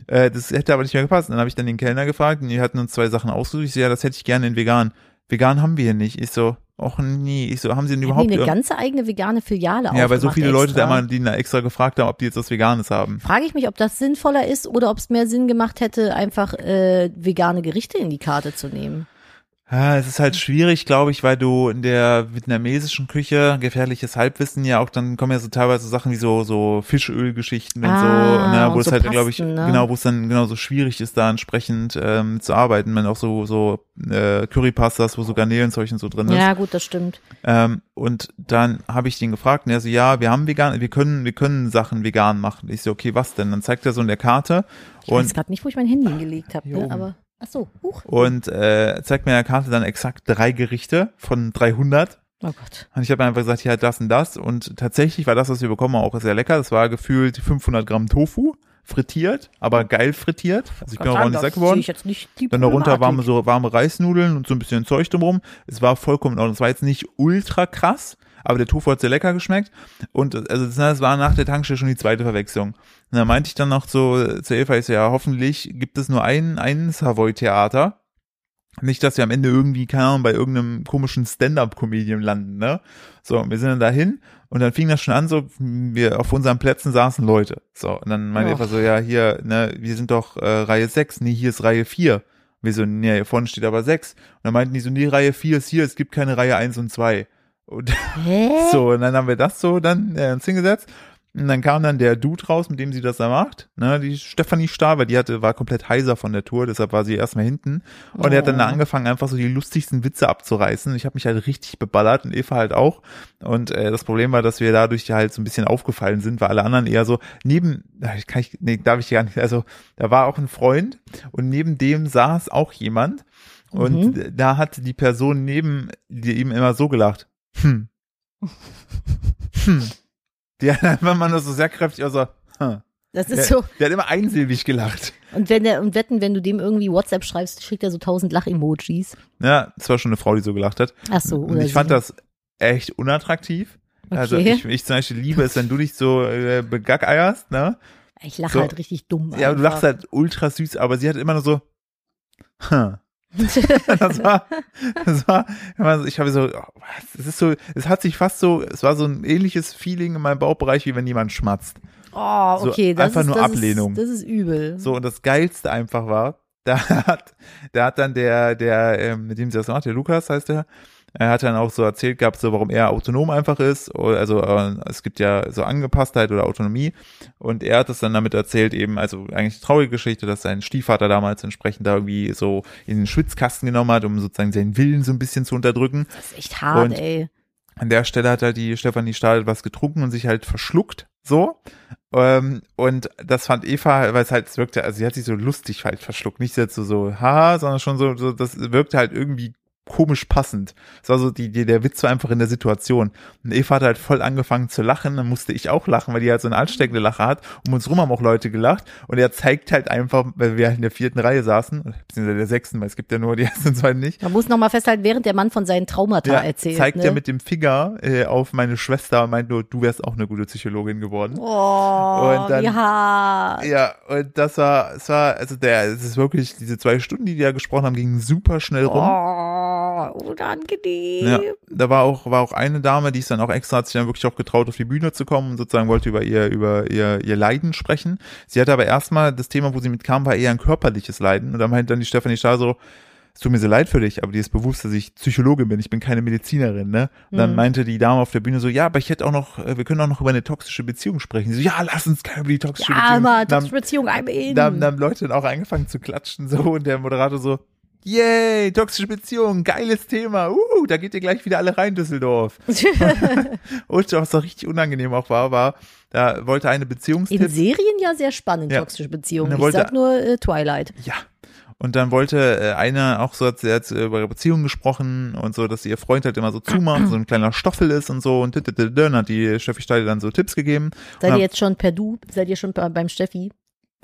Äh, das hätte aber nicht mehr gepasst. Und dann habe ich dann den Kellner gefragt und die hatten uns zwei Sachen ausgesucht. Ich so, ja, das hätte ich gerne in vegan. Vegan haben wir hier nicht. Ich so, och nee. Ich so, haben sie denn
Haben
überhaupt
die eine
irgend-
ganze eigene vegane Filiale
Ja, weil so
aufgemacht
viele Leute da
extra?
mal die na- extra gefragt haben, ob die jetzt was Veganes haben.
Frage ich mich, ob das sinnvoller ist oder ob es mehr Sinn gemacht hätte, einfach äh, vegane Gerichte in die Karte zu nehmen.
Ah, es ist halt schwierig, glaube ich, weil du in der vietnamesischen Küche gefährliches Halbwissen ja auch, dann kommen ja so teilweise Sachen wie so, so Fischölgeschichten und so,
Ah,
ne, wo
und
es
so
halt, glaube ich,
Pasten, ne?
genau, wo es dann genau so schwierig ist, da entsprechend ähm, zu arbeiten, wenn auch so, so äh, Currypastas, wo so Garnelenzeug und so drin ist.
Ja, gut, das stimmt.
Ähm, und dann habe ich den gefragt, und er so, ja, wir haben vegan, wir können, wir können Sachen vegan machen. Ich so, okay, was denn? Dann zeigt er so in der Karte
Ich
und,
weiß gerade nicht, wo ich mein Handy hingelegt habe,
Hier
ne?
oben.
aber ach so, huch.
und äh, zeigt mir in der Karte dann exakt drei Gerichte von 300.
Oh Gott.
Und ich habe einfach gesagt, ja, das und das. Und tatsächlich war das, was wir bekommen, haben, auch sehr lecker. Das war gefühlt 500 Gramm Tofu, frittiert, aber geil frittiert. Also ich
Oh
bin auch nicht satt
sehe
geworden.
ich jetzt nicht die
Dann darunter warme,
Problematik.
so warme Reisnudeln und so ein bisschen Zeug drumherum. Es war vollkommen in Ordnung. Es war jetzt nicht ultra krass, aber der Tofu hat sehr lecker geschmeckt. Und äh, also das- das war nach der Tankstelle schon die zweite Verwechslung. Und da meinte ich dann noch zu, äh, zu Eva, ich so, ja, hoffentlich gibt es nur einen, einen Savoy-Theater. Nicht, dass wir am Ende irgendwie, keine Ahnung, bei irgendeinem komischen Stand-Up-Comedian landen, ne? So, und wir sind dann dahin und dann fing das schon an, so, wir auf unseren Plätzen saßen Leute. So, und dann meinte
Och.
Eva so, ja, hier, ne, wir sind doch äh, Reihe 6, nee, hier ist Reihe 4. Wir so, nee, hier vorne steht aber 6. Und dann meinten die so, nee, Reihe 4 ist hier, es gibt keine Reihe 1 und 2. Und
Hä?
so, und dann haben wir das so dann äh, uns hingesetzt. Und dann kam dann der Dude raus, mit dem sie das da macht. Ne, die Stefanie Stahl, weil die hatte, war komplett heiser von der Tour, deshalb war sie erstmal hinten. Und er hat dann
Oh.
angefangen, einfach so die lustigsten Witze abzureißen. Und Ich habe mich halt richtig beballert und Eva halt auch. Und äh, das Problem war, dass wir dadurch halt so ein bisschen aufgefallen sind, weil alle anderen eher so neben, Ah, kann ich, nee, darf ich gar nicht, also da war auch ein Freund und neben dem saß auch jemand. Und da hat die Person neben die ihm immer so gelacht. Hm. hm. Die hat einfach mal nur so sehr kräftig, also, hm.
Das
der,
ist so.
der hat immer einsilbig gelacht.
Und wenn der, und wetten, wenn du dem irgendwie WhatsApp schreibst, schickt er so tausend Lach-Emojis.
Ja, es war schon eine Frau, die so gelacht hat.
Ach so,
Und
oder
ich fand
sie.
das echt unattraktiv.
Okay.
Also ich, ich zum Beispiel liebe es, wenn du dich so äh, begackeierst, ne?
Ich lache
so-
halt richtig dumm.
Ja, aber du lachst
einfach.
halt ultra süß, aber sie hat immer nur so, hm. das war, das war, immer so- ich habe so, oh, was? es ist so, es hat sich fast so, es war so ein ähnliches Feeling in meinem Bauchbereich, wie wenn jemand schmatzt.
Oh,
So,
okay, das
einfach
ist,
nur
das
Ablehnung.
Ist, das ist übel.
So, und das Geilste einfach war, da hat, da hat dann der, der, ähm, mit dem sie das macht, der Lukas heißt der, er hat dann auch so erzählt gehabt, so warum er autonom einfach ist. Oder- Also äh, es gibt ja so Angepasstheit oder Autonomie. Und er hat es dann damit erzählt, eben, also eigentlich traurige Geschichte, dass sein Stiefvater damals entsprechend da irgendwie so in den Schwitzkasten genommen hat, um sozusagen seinen Willen so ein bisschen zu unterdrücken.
Das ist echt hart,
Und-
ey.
An der Stelle hat halt die Stefanie Stahl was getrunken und sich halt verschluckt, so. Ähm, und das fand Eva, weil es halt es wirkte, also sie hat sich so lustig halt verschluckt. Nicht jetzt so, so haha, sondern schon so, so, das wirkte halt irgendwie komisch passend. Es war so, die, die, der Witz war einfach in der Situation. Und Eva hat halt voll angefangen zu lachen, dann musste ich auch lachen, weil die halt so eine ansteckende Lache hat. Um uns rum haben auch Leute gelacht. Und er zeigt halt einfach, weil wir halt in der vierten Reihe saßen, beziehungsweise der sechsten, weil es gibt ja nur die ersten zwei nicht.
Man muss nochmal festhalten, während der Mann von seinen Traumata erzählt.
Zeigt
ne?
er mit dem Finger äh, auf meine Schwester und meint nur, du wärst auch eine gute Psychologin geworden.
Oh,
Und dann-
wie hart.
Ja, und das war, es war, also der, es ist wirklich, diese zwei Stunden, die die da gesprochen haben, gingen super schnell rum.
Oh, unangenehm.
Ja, da war auch, war auch eine Dame, die ist dann auch extra, hat sich dann wirklich auch getraut, auf die Bühne zu kommen und sozusagen wollte über ihr, über ihr, ihr Leiden sprechen. Sie hatte aber erstmal, das Thema, wo sie mitkam, war eher ein körperliches Leiden. Und da meinte dann die Stefanie Stahl so, es tut mir sehr leid für dich, aber dir ist bewusst, dass ich Psychologin bin, ich bin keine Medizinerin, ne? Und
Mhm.
dann meinte die Dame auf der Bühne so, ja, aber ich hätte auch noch, äh, wir können auch noch über eine toxische Beziehung sprechen. Sie so, ja, lass uns gerne über die toxische
Ja,
Beziehung.
Mann,
Dann-
das Beziehung, I'm in.
da, haben- da haben Leute dann auch angefangen zu klatschen so und der Moderator so, yay, toxische Beziehung, geiles Thema, uh, da geht ihr gleich wieder alle rein, Düsseldorf. Und was auch richtig unangenehm auch war, war, da wollte eine
in
Beziehungstipp,
Serien ja sehr spannend,
Ja.
toxische Beziehungen.
Na,
Ich
wollte-
sag nur äh, Twilight.
ja. Und dann wollte äh, einer auch so, hat sie jetzt über ihre Beziehung gesprochen und so, dass ihr Freund halt immer so zumacht, so ein kleiner Stoffel ist und so und dit, dit, dit, dit, und hat die Steffi Stahl dann so Tipps gegeben.
Seid
Ja.
ihr jetzt schon per Du? Seid ihr schon bei- beim Steffi?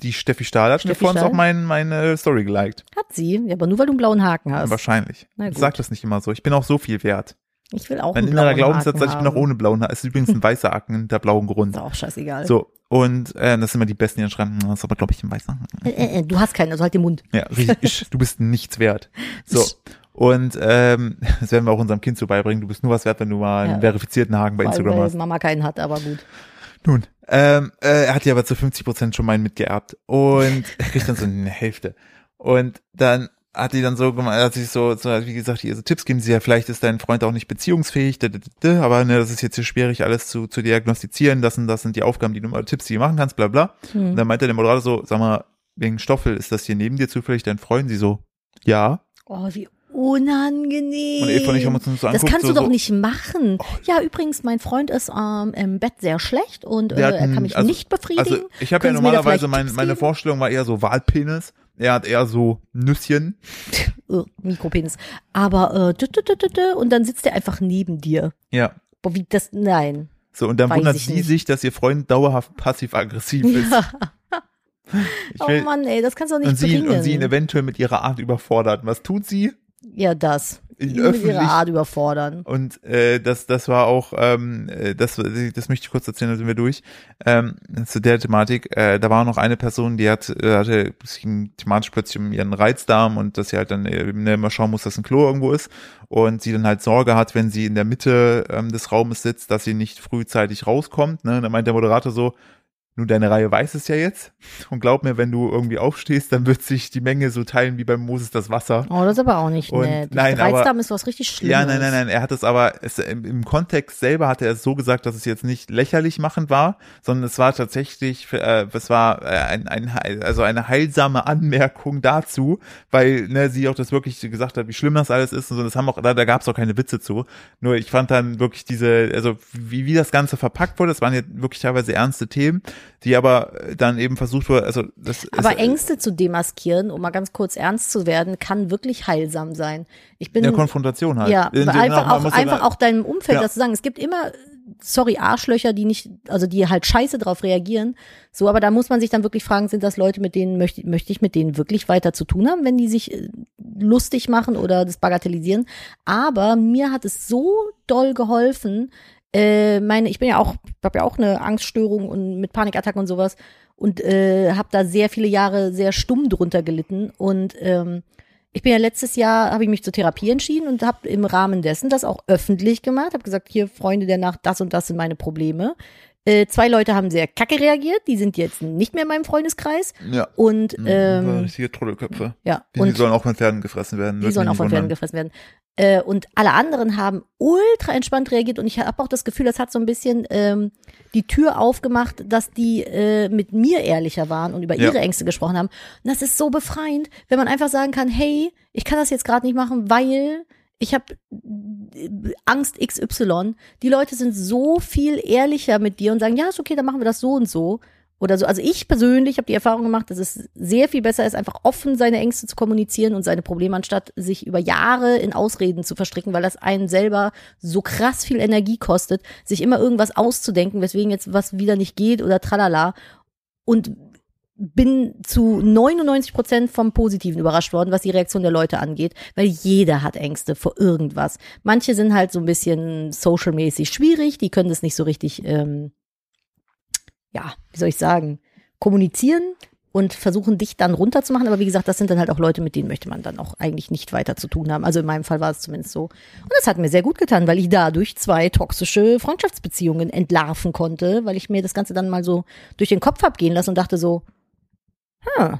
Die Steffi Stahl hat mir
Steffi
vor uns
Stahl?
auch mein, meine Story geliked.
Hat sie, ja, aber nur weil du einen blauen Haken hast.
Wahrscheinlich.
Na gut.
Sag das nicht immer so. Ich bin auch so viel wert.
Ich will auch
Mein
einen
innerer
blauen
Glaubenssatz
Haken
sagt, ich bin auch
haben.
ohne blauen Haken. Es ist übrigens ein weißer Haken hinter blauem Grund.
Ist auch scheißegal.
So. Und äh, das sind immer die Besten, die dann schreiben, "Na, das ist aber, glaube ich, ein weißer Haken.
Äh, äh, äh, du hast keinen, also halt den Mund.
Ja, richtig, ich, du bist nichts wert. So. Und ähm, das werden wir auch unserem Kind so beibringen. Du bist nur was wert, wenn du mal einen
Ja.
verifizierten Haken bei
Weil-
Instagram
weil
hast.
Mama keinen hat, aber gut.
Nun, ähm, äh, er hat ja aber zu 50 Prozent schon meinen mitgeerbt und er kriegt dann so eine Hälfte. Und dann hat die dann so gemacht, hat sich so, so wie gesagt, ihr so Tipps geben sie ja, vielleicht ist dein Freund auch nicht beziehungsfähig, da, da, da, da, aber ne, das ist jetzt hier schwierig, alles zu, zu diagnostizieren, das und das sind die Aufgaben, die du oder Tipps, die du machen kannst, bla
Mhm.
bla.
Hm.
Und dann meinte der Moderator so, sag mal, wegen Stoffel, ist das hier neben dir zufällig dein Freund? Sie so, ja.
Oh, wie unangenehm.
Und Eva und ich haben uns so
das
angeguckt. so,
kannst du doch
so, Oh.
nicht machen. Ja, übrigens, mein Freund ist ähm, im Bett sehr schlecht und äh,
Der hat
er
einen-
kann mich
also-
nicht befriedigen.
Also ich habe ja
Können Sie mir da
normalerweise
vielleicht
mein,
Tipps
meine
geben?
Vorstellung war eher so Walpenis. Er hat eher so Nüsschen.
äh, Mikropenis. Aber äh, dü- dü- dü- dü- dü- und dann sitzt er einfach neben dir.
Ja.
Boah, wie das, nein.
So, und dann
Weiß
wundert
ich
sie
nicht.
sich, dass ihr Freund dauerhaft passiv-aggressiv ist. Ich
Oh
will,
Mann, ey, das kannst du doch nicht
und, sie ihn,
bringen.
und sie ihn eventuell mit ihrer Art überfordert. Was tut sie?
ja, das.
Ihn
Ihn mit
öffentlich.
ihrer Art überfordern.
Und äh, das, das war auch, ähm, äh, das, das möchte ich kurz erzählen, dann sind wir durch. Ähm, zu der Thematik, äh, da war noch eine Person, die hat, äh, hatte es ging thematisch plötzlich um ihren Reizdarm und dass sie halt dann äh, ne, immer schauen muss, dass ein Klo irgendwo ist. Und sie dann halt Sorge hat, wenn sie in der Mitte ähm, des Raumes sitzt, dass sie nicht frühzeitig rauskommt. Ne? Und dann meint der Moderator so, nun, deine Reihe weiß es ja jetzt. Und glaub mir, wenn du irgendwie aufstehst, dann wird sich die Menge so teilen wie bei Moses das Wasser.
Oh, das ist aber auch nicht
Und
nett.
nein, aber-
Reizdarm ist was richtig Schlimmes.
Ja, nein, nein, nein. Er hat es aber es, im, im Kontext selber hat er es so gesagt, dass es jetzt nicht lächerlich machend war, sondern es war tatsächlich, äh, es war äh, ein, ein, Heil- also eine heilsame Anmerkung dazu, weil ne, sie auch das wirklich gesagt hat, wie schlimm das alles ist und so. Das haben auch da, da gab es auch keine Witze zu. Nur ich fand dann wirklich diese, also wie wie das Ganze verpackt wurde, das waren jetzt wirklich teilweise ernste Themen, die aber dann eben versucht wurde, also das
Aber
es,
Ängste zu demaskieren, um mal ganz kurz ernst zu werden, kann wirklich heilsam sein. Ich bin
in der Konfrontation halt.
Ja,
In-
aber einfach,
man
auch,
muss ja
einfach
da-
auch deinem Umfeld
Ja.
das zu sagen. Es gibt immer, sorry, Arschlöcher, die nicht, also die halt scheiße drauf reagieren. So, aber da muss man sich dann wirklich fragen, sind das Leute, mit denen möchte, möchte ich mit denen wirklich weiter zu tun haben, wenn die sich äh, lustig machen oder das bagatellisieren. Aber mir hat es so doll geholfen, äh, meine, ich bin ja auch, habe ja auch eine Angststörung und mit Panikattacken und sowas und äh, habe da sehr viele Jahre sehr stumm drunter gelitten und ähm, Ich bin ja letztes Jahr, habe ich mich zur Therapie entschieden und habe im Rahmen dessen das auch öffentlich gemacht. Habe gesagt, hier Freunde der Nacht, das und das sind meine Probleme. Äh, zwei Leute haben sehr kacke reagiert, die sind jetzt nicht mehr in meinem Freundeskreis.
Ja.
Und
das sind
ähm,
Mhm. richtige Truddelköpfe.
ja,
Die, die
und
sollen auch von Pferden gefressen werden.
die
Würde
sollen auch
mich
von
nicht
Pferden
wundern.
gefressen werden. Äh, und alle anderen haben ultra entspannt reagiert und ich habe auch das Gefühl, das hat so ein bisschen ähm, die Tür aufgemacht, dass die äh, mit mir ehrlicher waren und über
Ja.
ihre Ängste gesprochen haben. Und das ist so befreiend, wenn man einfach sagen kann, hey, ich kann das jetzt gerade nicht machen, weil ich habe Angst XY. Die Leute sind so viel ehrlicher mit dir und sagen, ja, ist okay, dann machen wir das so und so. Oder so. Also ich persönlich habe die Erfahrung gemacht, dass es sehr viel besser ist, einfach offen seine Ängste zu kommunizieren und seine Probleme, anstatt sich über Jahre in Ausreden zu verstricken, weil das einen selber so krass viel Energie kostet, sich immer irgendwas auszudenken, weswegen jetzt was wieder nicht geht oder tralala. Und bin zu 99 Prozent vom Positiven überrascht worden, was die Reaktion der Leute angeht, weil jeder hat Ängste vor irgendwas. Manche sind halt so ein bisschen socialmäßig schwierig, die können das nicht so richtig, ähm, ja, wie soll ich sagen, kommunizieren und versuchen dich dann runterzumachen. Aber wie gesagt, das sind dann halt auch Leute, mit denen möchte man dann auch eigentlich nicht weiter zu tun haben. Also in meinem Fall war es zumindest so. Und das hat mir sehr gut getan, weil ich dadurch zwei toxische Freundschaftsbeziehungen entlarven konnte, weil ich mir das Ganze dann mal so durch den Kopf abgehen lassen und dachte so, hm,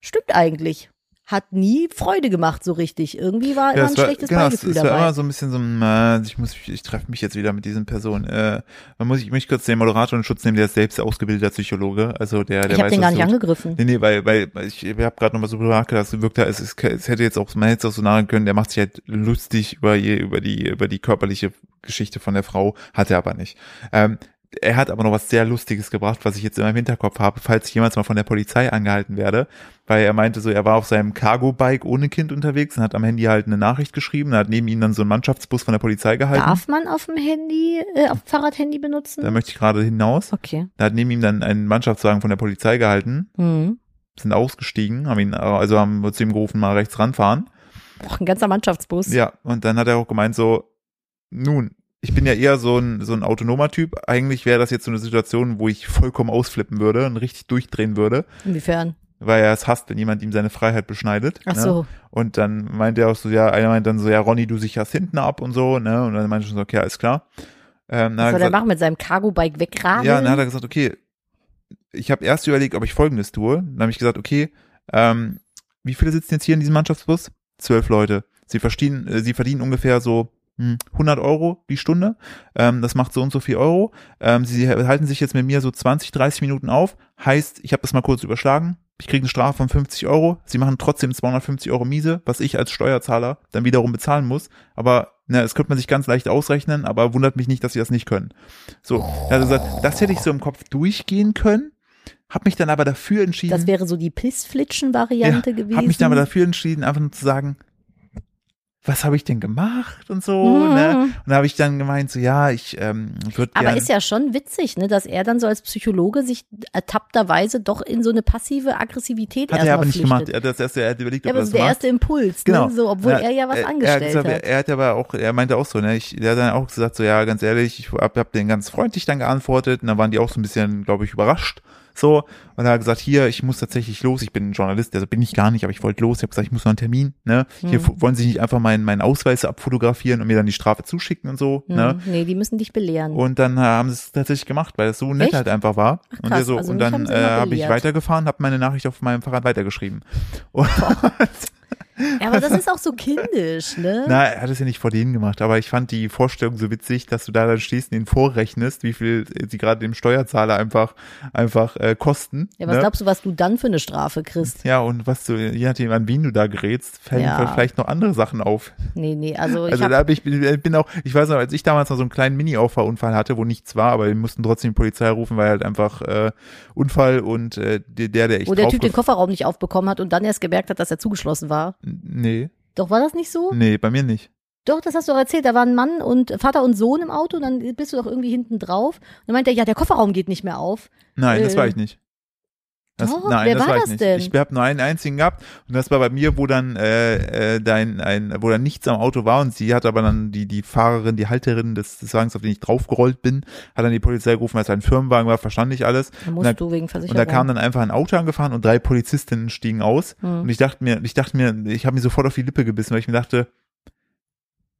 stimmt eigentlich. Hat nie Freude gemacht so richtig. Irgendwie war immer
Ja,
ein
es war,
schlechtes
genau, es,
Beigefühl
es war
dabei.
immer so ein bisschen so ein, äh, ich muss, ich treffe mich jetzt wieder mit diesen Personen. Äh, man muss ich mich kurz den Moderator in Schutz nehmen, der ist selbst ausgebildeter Psychologe, also der, der
ich habe
weiß,
den gar
was
nicht
tut.
angegriffen.
Nee, nee, weil, weil weil ich, ich habe gerade nochmal so drüber nachgedacht, es wirkt da, es, ist, es hätte jetzt auch, man hätte es auch so nahe können, der macht sich halt lustig über, je, über, die, über die körperliche Geschichte von der Frau, hat er aber nicht. Ähm, er hat aber noch was sehr Lustiges gebracht, was ich jetzt in meinem Hinterkopf habe, falls ich jemals mal von der Polizei angehalten werde, weil er meinte so, er war auf seinem Cargo-Bike ohne Kind unterwegs und hat am Handy halt eine Nachricht geschrieben, hat neben ihm dann so einen Mannschaftsbus von der Polizei gehalten.
Darf man auf dem Handy, äh, auf dem Fahrradhandy benutzen?
Da möchte ich gerade hinaus.
okay.
Da hat neben ihm dann einen Mannschaftswagen von der Polizei gehalten
Mhm.
sind ausgestiegen, haben ihn, also haben zu ihm gerufen, mal rechts ranfahren.
Auch ein ganzer Mannschaftsbus.
Ja, und dann hat er auch gemeint so, nun, ich bin ja eher so ein, so ein autonomer Typ. Eigentlich wäre das jetzt so eine Situation, wo ich vollkommen ausflippen würde und richtig durchdrehen würde,
Inwiefern?
weil er es hasst, wenn jemand ihm seine Freiheit beschneidet.
Ach
ne?
so.
Und dann meint er auch so, ja, einer meint dann so, ja, Ronny, du sicherst hinten ab und so, ne? Und dann meinte ich so, okay, alles klar. Ähm, dann
Was
hat er
soll er
gesagt,
machen mit seinem Cargo-Bike wegradeln?
Ja, dann hat er gesagt, okay, ich habe erst überlegt, ob ich folgendes tue. Dann habe ich gesagt, okay, ähm, wie viele sitzen jetzt hier in diesem Mannschaftsbus? Zwölf Leute. Sie verdienen, äh, sie verdienen ungefähr so hm, 100 Euro die Stunde. Ähm, das macht so und so viel Euro. Ähm, sie halten sich jetzt mit mir so 20, 30 Minuten auf. Heißt, ich habe das mal kurz überschlagen. Ich kriege eine Strafe von 50 Euro. Sie machen trotzdem 250 Euro miese, was ich als Steuerzahler dann wiederum bezahlen muss. Aber na, das könnte man sich ganz leicht ausrechnen, aber wundert mich nicht, dass sie das nicht können. So, er hat gesagt, das hätte ich so im Kopf durchgehen können, habe mich dann aber dafür entschieden,
das wäre so die Pissflitschen-Variante gewesen.
habe mich dann aber dafür entschieden, einfach nur zu sagen, was habe ich denn gemacht und so,
Mhm.
ne? Und da habe ich dann gemeint, so ja, ich ähm, würde
Aber
gerne.
ist ja schon witzig, ne, dass er dann so als Psychologe sich ertappterweise doch in so eine passive Aggressivität
hat
erstmal
er aber nicht
flüchtet.
gemacht. Er hat das erste, er hat überlegt,
Ja,
ob er
aber
das
so der
macht.
erste Impuls,
Genau.
ne? so, obwohl
Ja,
er ja was
er-
angestellt
er, hat.
hat.
gesagt, Er hat aber auch, er meinte auch so, ne, ich, der hat dann auch gesagt so, ja, ganz ehrlich, ich hab, hab den ganz freundlich dann geantwortet und dann waren die auch so ein bisschen, glaube ich, überrascht. So, und er hat gesagt, hier, ich muss tatsächlich los, ich bin ein Journalist, also bin ich gar nicht, aber ich wollte los, ich habe gesagt, ich muss noch einen Termin, ne? Hier
Hm.
fu- wollen sie nicht einfach meinen, meinen Ausweis abfotografieren und mir dann die Strafe zuschicken und so,
Hm,
ne?
Nee, die müssen dich belehren.
Und dann äh, haben sie es tatsächlich gemacht, weil das so nett
Echt?
halt einfach war. und,
krass,
wir so,
also
und
mich
dann
haben sie
äh,
immer
habe ich
belehrt. Hm.
weitergefahren, habe meine Nachricht auf meinem Fahrrad weitergeschrieben. Und
ja, aber das ist auch so kindisch, ne?
Na, er hat es ja nicht vor denen gemacht, aber ich fand die Vorstellung so witzig, dass du da dann stehst und ihnen vorrechnest, wie viel sie gerade dem Steuerzahler einfach, einfach äh, kosten.
ja, was
ne?
glaubst du, was du dann für eine Strafe kriegst?
ja, und was du, je nachdem, an wen du da gerätst, fällen
Ja.
vielleicht noch andere Sachen auf.
Nee, nee, also ich
Also
hab,
da hab ich, ich bin auch, ich weiß noch, als ich damals mal so einen kleinen Mini-Auffahrunfall hatte, wo nichts war, aber wir mussten trotzdem die Polizei rufen, weil halt einfach äh, Unfall und äh, der, der, der ich
wo der Typ den
draufgef-
Kofferraum nicht aufbekommen hat und dann erst gemerkt hat, dass er zugeschlossen war.
Nee,
Doch war das nicht so?
nee, bei mir nicht.
Doch, das hast du doch erzählt. Da waren Mann und Vater und Sohn im Auto und dann bist du doch irgendwie hinten drauf. Und dann meint er, ja, der Kofferraum geht nicht mehr auf.
Nein, das
Äh,
war ich nicht. Das,
Oh,
nein,
wer
das
war
ich
das
nicht.
denn?
Ich habe nur einen einzigen gehabt und das war bei mir, wo dann äh, äh, dein, ein, wo dann nichts am Auto war und sie hat aber dann die die Fahrerin, die Halterin des, des Wagens, auf den ich draufgerollt bin, hat dann die Polizei gerufen, weil es ein Firmenwagen war, verstand ich alles.
Da
und, dann,
musst du wegen
und
Versicherung.
da kam dann einfach ein Auto angefahren und drei Polizistinnen stiegen aus
Mhm. Hm.
und ich dachte mir, ich dachte mir, ich habe mir sofort auf die Lippe gebissen, weil ich mir dachte,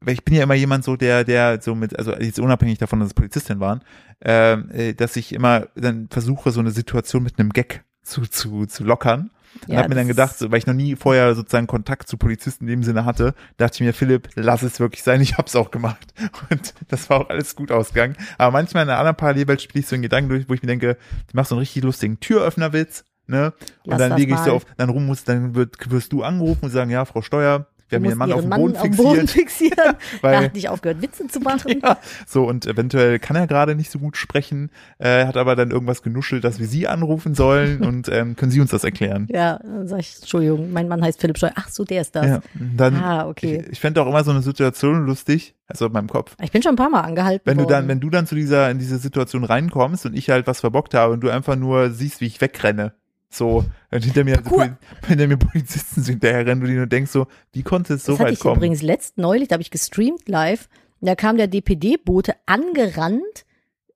weil ich bin ja immer jemand so, der, der so mit, also jetzt unabhängig davon, dass es Polizistin waren, ähm, äh, dass ich immer dann versuche, so eine Situation mit einem Gag zu, zu, zu lockern. Und
Ja,
hab mir dann
das-
gedacht, so, weil ich noch nie vorher sozusagen Kontakt zu Polizisten in dem Sinne hatte, dachte ich mir, Philipp, lass es wirklich sein, ich hab's auch gemacht. Und das war auch alles gut ausgegangen. Aber manchmal in einer anderen Parallelwelt spiele ich so einen Gedanken durch, wo ich mir denke, du machst so einen richtig lustigen Türöffnerwitz, ne? Und
Lass
dann
das
lege ich so
mal.
auf, dann rum muss, dann wird, wirst du angerufen und sagen, ja, Frau Steuer, wir haben
Wir
hier einen Mann auf
mussten
dem Boden
ihren Mann am Boden
fixiert.
fixieren.
weil-
er hat nicht aufgehört, Witze zu machen.
Ja, so und eventuell kann er gerade nicht so gut sprechen, äh, hat aber dann irgendwas genuschelt, dass wir Sie anrufen sollen und ähm, können Sie uns das erklären?
Ja, dann sag ich, Entschuldigung, mein Mann heißt Philipp Scheu. Ach so, der ist das.
Ja, dann,
Ah, okay.
ich, ich fände auch immer so eine Situation lustig, also in meinem Kopf.
Ich bin schon ein paar Mal angehalten
Wenn du
worden.
dann, wenn du dann zu dieser, in diese Situation reinkommst und ich halt was verbockt habe und du einfach nur siehst, wie ich wegrenne. So, und hinter mir,
Parkour.
Poli- hinter mir Polizisten sind daherrennen, du dir nur denkst so, wie konnte es so
das hatte
weit
ich
kommen?
übrigens letzt neulich, da habe ich gestreamt live. Und da kam der DPD-Bote angerannt.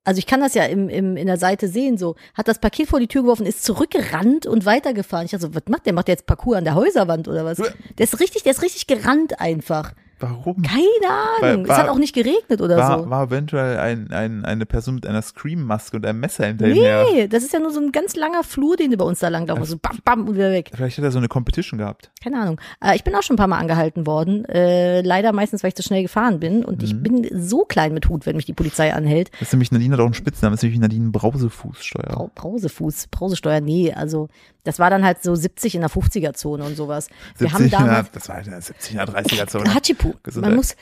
Also ich kann das ja im, im, in der Seite sehen, so. Hat das Paket vor die Tür geworfen, ist zurückgerannt und weitergefahren. Ich dachte so, was macht der? Macht der jetzt Parcours an der Häuserwand oder was?
Ja.
Der ist richtig, der ist richtig gerannt einfach.
Warum?
Keine Ahnung.
war-
es hat auch nicht geregnet oder
War,
so.
war eventuell ein, ein, eine Person mit einer Scream-Maske und einem Messer hinter ihm her.
Nee, das ist ja nur so ein ganz langer Flur, den du bei uns da langlaufen. So bam, bam und wieder weg.
Vielleicht hat er so eine Competition gehabt.
Keine Ahnung. Äh, ich bin auch schon ein paar Mal angehalten worden. Äh, leider meistens, weil ich zu schnell gefahren bin. Und ich bin so klein mit Hut, wenn mich die Polizei anhält.
Das ist nämlich Nadine hat auch einen Spitznamen, das ist nämlich Nadine Brausefußsteuer.
Brau Brausefuß, Brausesteuer, nee. Also das war dann halt so 70 in der 50er-Zone und sowas. Wir haben
70er,
damals
das war in der 70er, 30er Zone.
Hachipu.
Gesundheit.
Man muss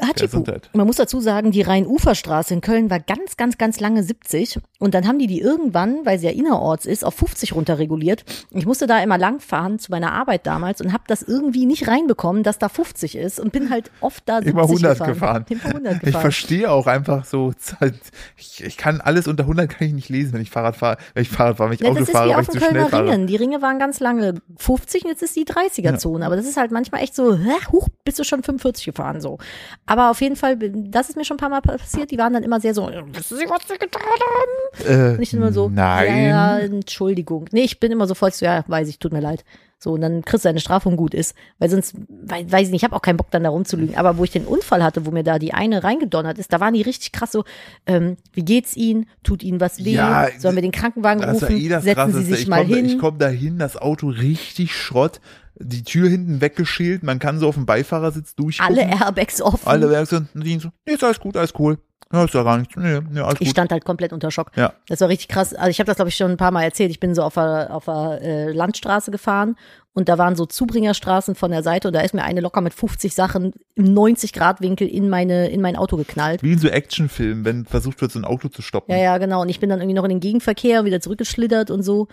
Hachipu.
Gesundheit.
Man muss dazu sagen, die Rheinuferstraße in Köln war ganz, ganz, ganz lange 70 und dann haben die die irgendwann, weil sie ja innerorts ist, auf 50 runterreguliert. Ich musste da immer langfahren zu meiner Arbeit damals und habe das irgendwie nicht reinbekommen, dass da 50 ist und bin halt oft da 70
Immer 100 gefahren.
gefahren. Immer 100
Ich
gefahren.
verstehe auch einfach so, Zeit- ich, ich kann alles unter 100 kann ich nicht lesen, wenn ich Fahrrad fahre, wenn ich Fahrrad fahre, wenn ich
Ja,
Auto
das ist
fahre,
wie
wenn
auf
ich zu
den
schnell
Kölner
fahre.
Ringen. Die Ringe waren ganz lange 50 und jetzt ist die 30er-Zone. Aber das ist halt manchmal echt so, hä, huch, bist du schon 45 gefahren so. Aber auf jeden Fall, das ist mir schon ein paar Mal passiert. Die waren dann immer sehr so, "Äh, wissen Sie, was Sie getan haben?
Äh,
Nicht immer so,
Nein.
Ja, ja, Entschuldigung. Nee, ich bin immer sofort so, ja, weiß ich, tut mir leid. So, und dann kriegst du eine Strafe und gut ist. Weil sonst, wei- weiß ich nicht, ich habe auch keinen Bock, dann da rumzulügen. Aber wo ich den Unfall hatte, wo mir da die eine reingedonnert ist, da waren die richtig krass so, ähm, wie geht's Ihnen? Tut Ihnen was weh?
Ja,
Sollen wir den Krankenwagen
Das ist
rufen?
ja eh das
Setzen Sie
Krasseste.
sich
Ich
mal
komme
hin.
da, komm da hin, das Auto richtig Schrott, die Tür hinten weggeschält, man kann so auf dem Beifahrersitz durchgucken.
alle Airbags offen.
alle Werkstätten, Nadine so, nee, ist alles gut, alles cool. Ja, ist ja gar nichts. Nee, nee, alles
ich
gut.
stand halt komplett unter Schock.
Ja.
Das war richtig krass. Also ich habe das, glaube ich, schon ein paar Mal erzählt. Ich bin so auf der, auf der äh, Landstraße gefahren und da waren so Zubringerstraßen von der Seite und da ist mir eine locker mit 50 Sachen im 90-Grad-Winkel in, meine, in mein Auto geknallt.
Wie in so Actionfilmen, wenn versucht wird, so ein Auto zu stoppen.
Ja, ja, genau. Und ich bin dann irgendwie noch in den Gegenverkehr und wieder zurückgeschlittert und so.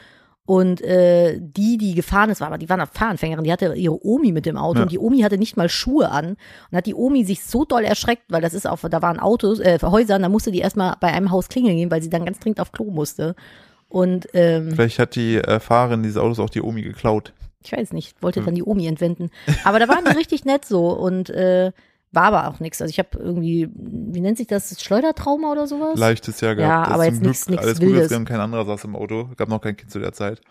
Und äh, die, die gefahren ist, war, aber die war eine Fahranfängerin, die hatte ihre Omi mit dem Auto
Ja.
und die Omi hatte nicht mal Schuhe an. Und hat die Omi sich so doll erschreckt, weil das ist auf, da waren Autos, äh, Häuser, und da musste die erstmal bei einem Haus klingeln gehen, weil sie dann ganz dringend auf Klo musste. Und ähm,
Vielleicht hat die äh, Fahrerin dieses Autos auch die Omi geklaut.
ich weiß nicht,
Hm.
wollte dann die Omi entwenden. Aber da waren die richtig nett so und äh, war aber auch nichts. Also ich habe irgendwie, wie nennt sich das, Schleudertrauma oder sowas?
Leichtes Jahr gehabt.
Ja,
Das
aber
ist
jetzt
zum
nix-
Glück
nix
alles gut, dass
Wildes.
wir haben kein anderer saß im Auto. Gab noch kein Kind zu der Zeit.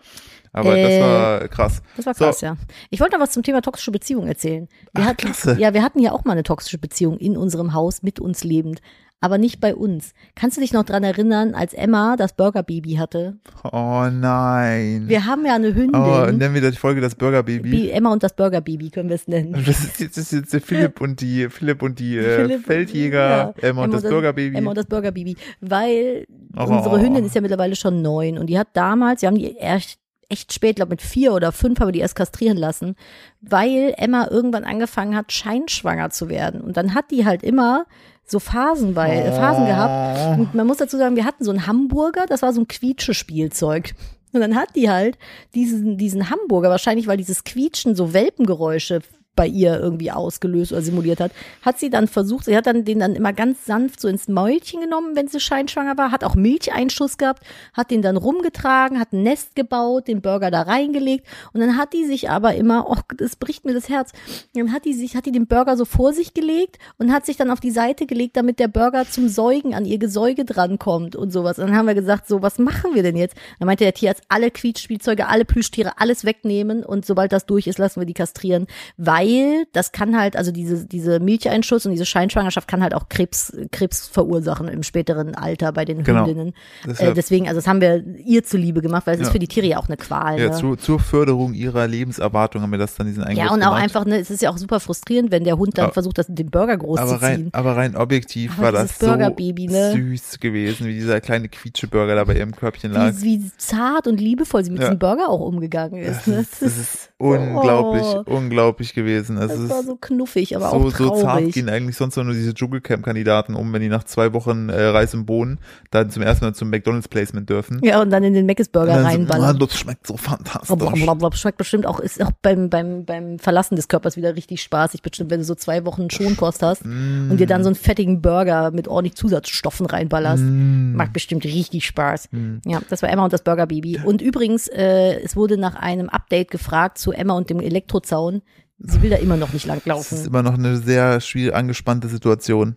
Aber
Äh,
das war krass.
Das war
So.
krass, ja. Ich wollte noch was zum Thema toxische Beziehung erzählen. Wir
Ach,
hatten,
klasse.
Ja, wir hatten ja auch mal eine toxische Beziehung in unserem Haus mit uns lebend, aber nicht bei uns. Kannst du dich noch dran erinnern, als Emma das Burgerbaby hatte?
Oh nein.
Wir haben ja eine
oh,
Hündin.
nennen wir die Folge das Burgerbaby.
Bi- Emma und das Burgerbaby können wir es nennen.
Das ist jetzt, das ist jetzt der Philipp und die Philipp und die äh,
Philipp-
Feldjäger,
ja,
Emma und das Burgerbaby.
Emma und das Burgerbaby. Weil
Oh.
unsere Hündin ist ja mittlerweile schon neun und die hat damals, wir haben die echt, echt spät, glaube mit vier oder fünf, haben wir die erst kastrieren lassen, weil Emma irgendwann angefangen hat, scheinschwanger zu werden. Und dann hat die halt immer so Phasen, bei,
Oh.
äh, Phasen gehabt.
gehabt.
Und man muss dazu sagen, wir hatten so einen Hamburger, das war so ein Quietsche-Spielzeug. Und dann hat die halt diesen, diesen Hamburger, wahrscheinlich weil dieses Quietschen so Welpengeräusche bei ihr irgendwie ausgelöst oder simuliert hat, hat sie dann versucht, sie hat dann den dann immer ganz sanft so ins Mäulchen genommen, wenn sie scheinschwanger war, hat auch Milcheinschuss gehabt, hat den dann rumgetragen, hat ein Nest gebaut, den Burger da reingelegt und dann hat die sich aber immer, oh, das bricht mir das Herz, dann hat die sich, hat die den Burger so vor sich gelegt und hat sich dann auf die Seite gelegt, damit der Burger zum Säugen an ihr Gesäuge drankommt und sowas. Und dann haben wir gesagt, so, was machen wir denn jetzt? Dann meinte der Tierarzt, alle Quietschspielzeuge, alle Plüschtiere, alles wegnehmen und sobald das durch ist, lassen wir die kastrieren, weil das kann halt, also diese, diese Milcheinschuss und diese Scheinschwangerschaft kann halt auch Krebs, Krebs verursachen im späteren Alter bei den
Genau.
Hündinnen. Äh,
Deshalb-
deswegen, also das haben wir ihr zuliebe gemacht, weil es ist
Ja.
für die Tiere ja auch eine Qual.
Ja,
ne?
zu, zur Förderung ihrer Lebenserwartung haben wir das dann diesen Eingriff
Ja, und auch
gemacht.
einfach, ne, es ist ja auch super frustrierend, wenn der Hund dann
Aber-
versucht, das, den Burger groß
aber
zu
rein,
ziehen.
aber rein objektiv
Aber
war das
dieses
so
Burgerbaby, ne?
süß gewesen, wie dieser kleine Quietscheburger da bei ihrem Körbchen lag.
Wie, wie zart und liebevoll sie mit
Ja.
diesem Burger auch umgegangen ist. Ne?
Das ist unglaublich,
Oh,
unglaublich gewesen. Es
das
ist
war so knuffig, aber
so,
auch
so zart
traurig.
gehen eigentlich sonst nur diese Dschungelcamp-Kandidaten um, wenn die nach zwei Wochen äh, Reis im Bohnen dann zum ersten Mal zum McDonalds-Placement dürfen.
ja, und dann in den Meckes Burger
Und dann so, "Ah,
reinballern.
das schmeckt so fantastisch.
Blablabla, schmeckt bestimmt auch, ist auch beim, beim, beim Verlassen des Körpers wieder richtig spaßig. Bestimmt, wenn du so zwei Wochen Schonkost hast und dir dann so einen fettigen Burger mit ordentlich Zusatzstoffen reinballerst.
Mm.
Macht bestimmt richtig Spaß. Ja, das war Emma und das Burgerbaby. Und übrigens, äh, es wurde nach einem Update gefragt zu Emma und dem Elektrozaun. Sie will da immer noch nicht
Das ist
langlaufen.
immer noch eine sehr schwierig angespannte Situation.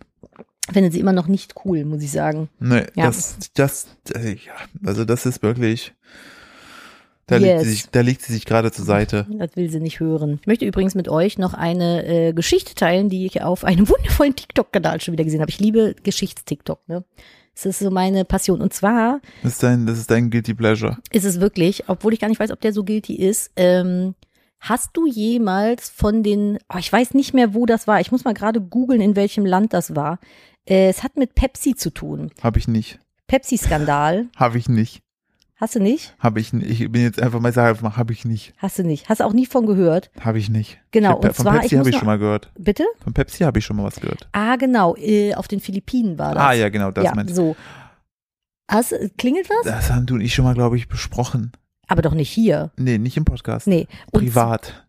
Findet sie immer noch nicht cool, muss ich sagen.
Nee,
Ja.
das, das, äh, ja, also das ist wirklich, da,
Yes.
legt, sie sich, da legt sie sich gerade zur Seite.
Das will sie nicht hören. Ich möchte übrigens mit euch noch eine äh, Geschichte teilen, die ich auf einem wundervollen TikTok-Kanal schon wieder gesehen habe. Ich liebe Geschichts-TikTok, ne? Das ist so meine Passion. Und zwar
Das ist dein, das ist dein Guilty Pleasure.
ist es wirklich, obwohl ich gar nicht weiß, ob der so guilty ist, ähm, hast du jemals von den, oh, ich weiß nicht mehr, wo das war. Ich muss mal gerade googeln, in welchem Land das war. Äh, es hat mit Pepsi zu tun.
Habe ich nicht.
Pepsi-Skandal.
Habe ich nicht.
Hast du nicht?
Habe ich nicht. Ich bin jetzt einfach mal sage einfach mal, habe ich nicht.
Hast du nicht. Hast du auch nie von gehört.
Habe ich nicht.
Genau,
Ich hab,
und
von
zwar, ich
Pepsi habe
muss
ich
noch-
schon mal gehört.
Bitte?
Von Pepsi habe ich schon mal was gehört.
Ah, genau. Äh, auf den Philippinen war das.
Ah ja, genau, das
ja,
meinst du.
so. Hast, klingelt was?
Das haben du und ich schon mal, glaube ich, besprochen.
Aber doch nicht hier.
Nee, nicht im Podcast.
Nee.
Privat.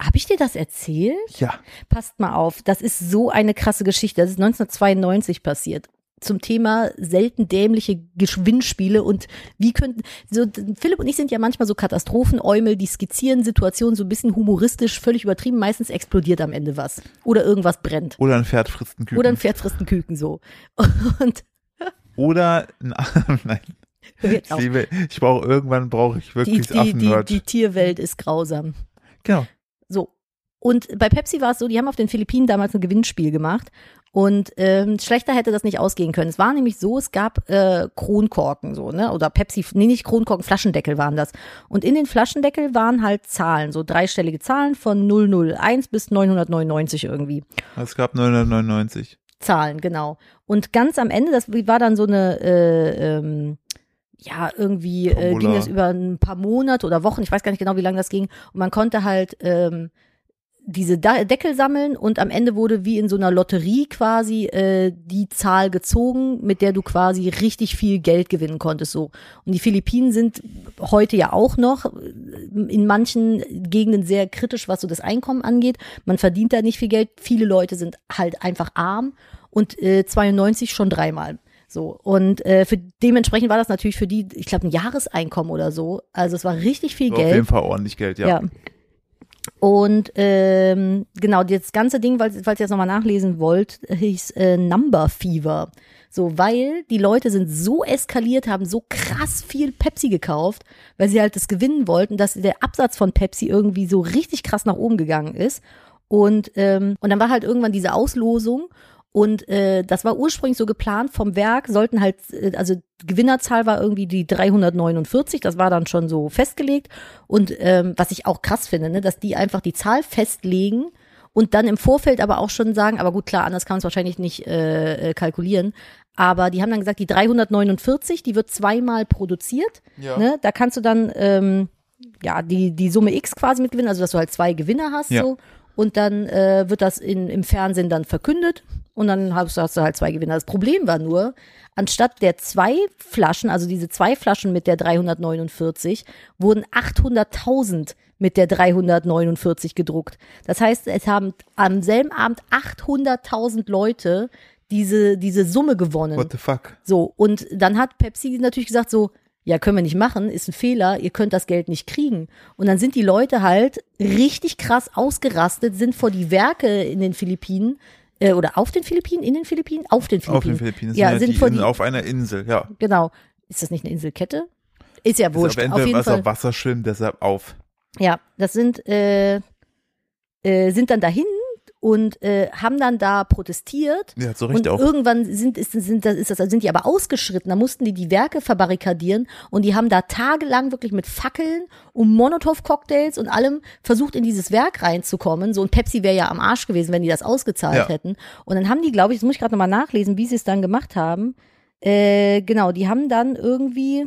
Habe ich dir das erzählt?
Ja.
Passt mal auf, das ist so eine krasse Geschichte. Das ist 1992 passiert. Zum Thema selten dämliche Geschwindspiele und wie könnten, so, Philipp und ich sind ja manchmal so Katastrophenäumel, die skizzieren Situationen so ein bisschen humoristisch, völlig übertrieben. Meistens explodiert am Ende was. Oder irgendwas brennt.
Oder ein Pferd frisst einen Küken.
Oder ein Pferd frisst einen Küken so. Und
Oder ein Nein.
hör jetzt
Ich,
auf.
liebe, ich brauche irgendwann brauche ich
Genau. Die,
wirklich
die, die,
Affenmerch.
die Tierwelt ist grausam.
Genau.
So. Und bei Pepsi war es so, die haben auf den Philippinen damals ein Gewinnspiel gemacht. Und ähm, schlechter hätte das nicht ausgehen können. Es war nämlich so, es gab äh, Kronkorken so, ne? Oder Pepsi, nee, nicht Kronkorken, Flaschendeckel waren das. Und in den Flaschendeckel waren halt Zahlen, so dreistellige Zahlen von 001 bis 999 irgendwie.
Es gab 999.
Zahlen, genau. Und ganz am Ende, das war dann so eine, äh, ähm, ja, irgendwie äh,
Tombola.
ging es über ein paar Monate oder Wochen, ich weiß gar nicht genau, wie lange das ging. Und man konnte halt ähm, diese da Deckel sammeln und am Ende wurde wie in so einer Lotterie quasi äh, die Zahl gezogen, mit der du quasi richtig viel Geld gewinnen konntest. So. Und die Philippinen sind heute ja auch noch äh, in manchen Gegenden sehr kritisch, was so das Einkommen angeht. Man verdient da nicht viel Geld. Viele Leute sind halt einfach arm und äh, 92 schon dreimal. So. Und äh, für dementsprechend war das natürlich für die, ich glaube, ein Jahreseinkommen oder so. Also es war richtig viel
War Auf
Geld.
jeden Fall ordentlich Geld, ja.
Ja. Und ähm, genau, das ganze Ding, falls, falls ihr das nochmal nachlesen wollt, hieß äh, Number Fever. So, weil die Leute sind so eskaliert, haben so krass viel Pepsi gekauft, weil sie halt das gewinnen wollten, dass der Absatz von Pepsi irgendwie so richtig krass nach oben gegangen ist. Und, ähm, und dann war halt irgendwann diese Auslosung. Und äh, das war ursprünglich so geplant vom Werk, sollten halt, äh, also Gewinnerzahl war irgendwie die 349, das war dann schon so festgelegt. Und ähm, was ich auch krass finde, ne, dass die einfach die Zahl festlegen und dann im Vorfeld aber auch schon sagen, aber gut, klar, anders kann man es wahrscheinlich nicht äh, äh, kalkulieren. Aber die haben dann gesagt, die 349, die wird zweimal produziert.
Ja.
Ne? Da kannst du dann ähm, ja die, die Summe X quasi mitgewinnen, also dass du halt zwei Gewinner hast
Ja.
so. Und dann äh, wird das in, im Fernsehen dann verkündet und dann hast, du- hast du halt zwei Gewinner. Das Problem war nur, anstatt der zwei Flaschen, also diese zwei Flaschen mit der 349, wurden 800.000 mit der 349 gedruckt. Das heißt, es haben am selben Abend 800.000 Leute diese, diese Summe gewonnen.
What the fuck?
So, und dann hat Pepsi natürlich gesagt so, ja, können wir nicht machen, ist ein Fehler, ihr könnt das Geld nicht kriegen. Und dann sind die Leute halt richtig krass ausgerastet, sind vor die Werke in den Philippinen äh, oder auf den Philippinen, in den Philippinen, auf den Philippinen.
Auf den Philippinen.
Ja, sind
die
vor die,
Insel- auf einer Insel, ja.
genau. Ist das nicht eine Inselkette? Ist ja
Ist
wurscht,
am Ende
auf jeden
was
Fall.
auf Wasser schwimmt, deshalb auf.
Ja, das sind, äh, äh, sind dann dahin und äh, haben dann da protestiert.
Ja, so
Und
richtig auch.
irgendwann sind, ist, sind, das, ist das, sind die aber ausgeschritten, da mussten die die Werke verbarrikadieren und die haben da tagelang wirklich mit Fackeln und Molotow-Cocktails und allem versucht, in dieses Werk reinzukommen. So ein Pepsi wäre ja am Arsch gewesen, wenn die das ausgezahlt
Ja.
hätten. Und dann haben die, glaube ich, das muss ich gerade nochmal nachlesen, wie sie es dann gemacht haben. Äh, genau, die haben dann irgendwie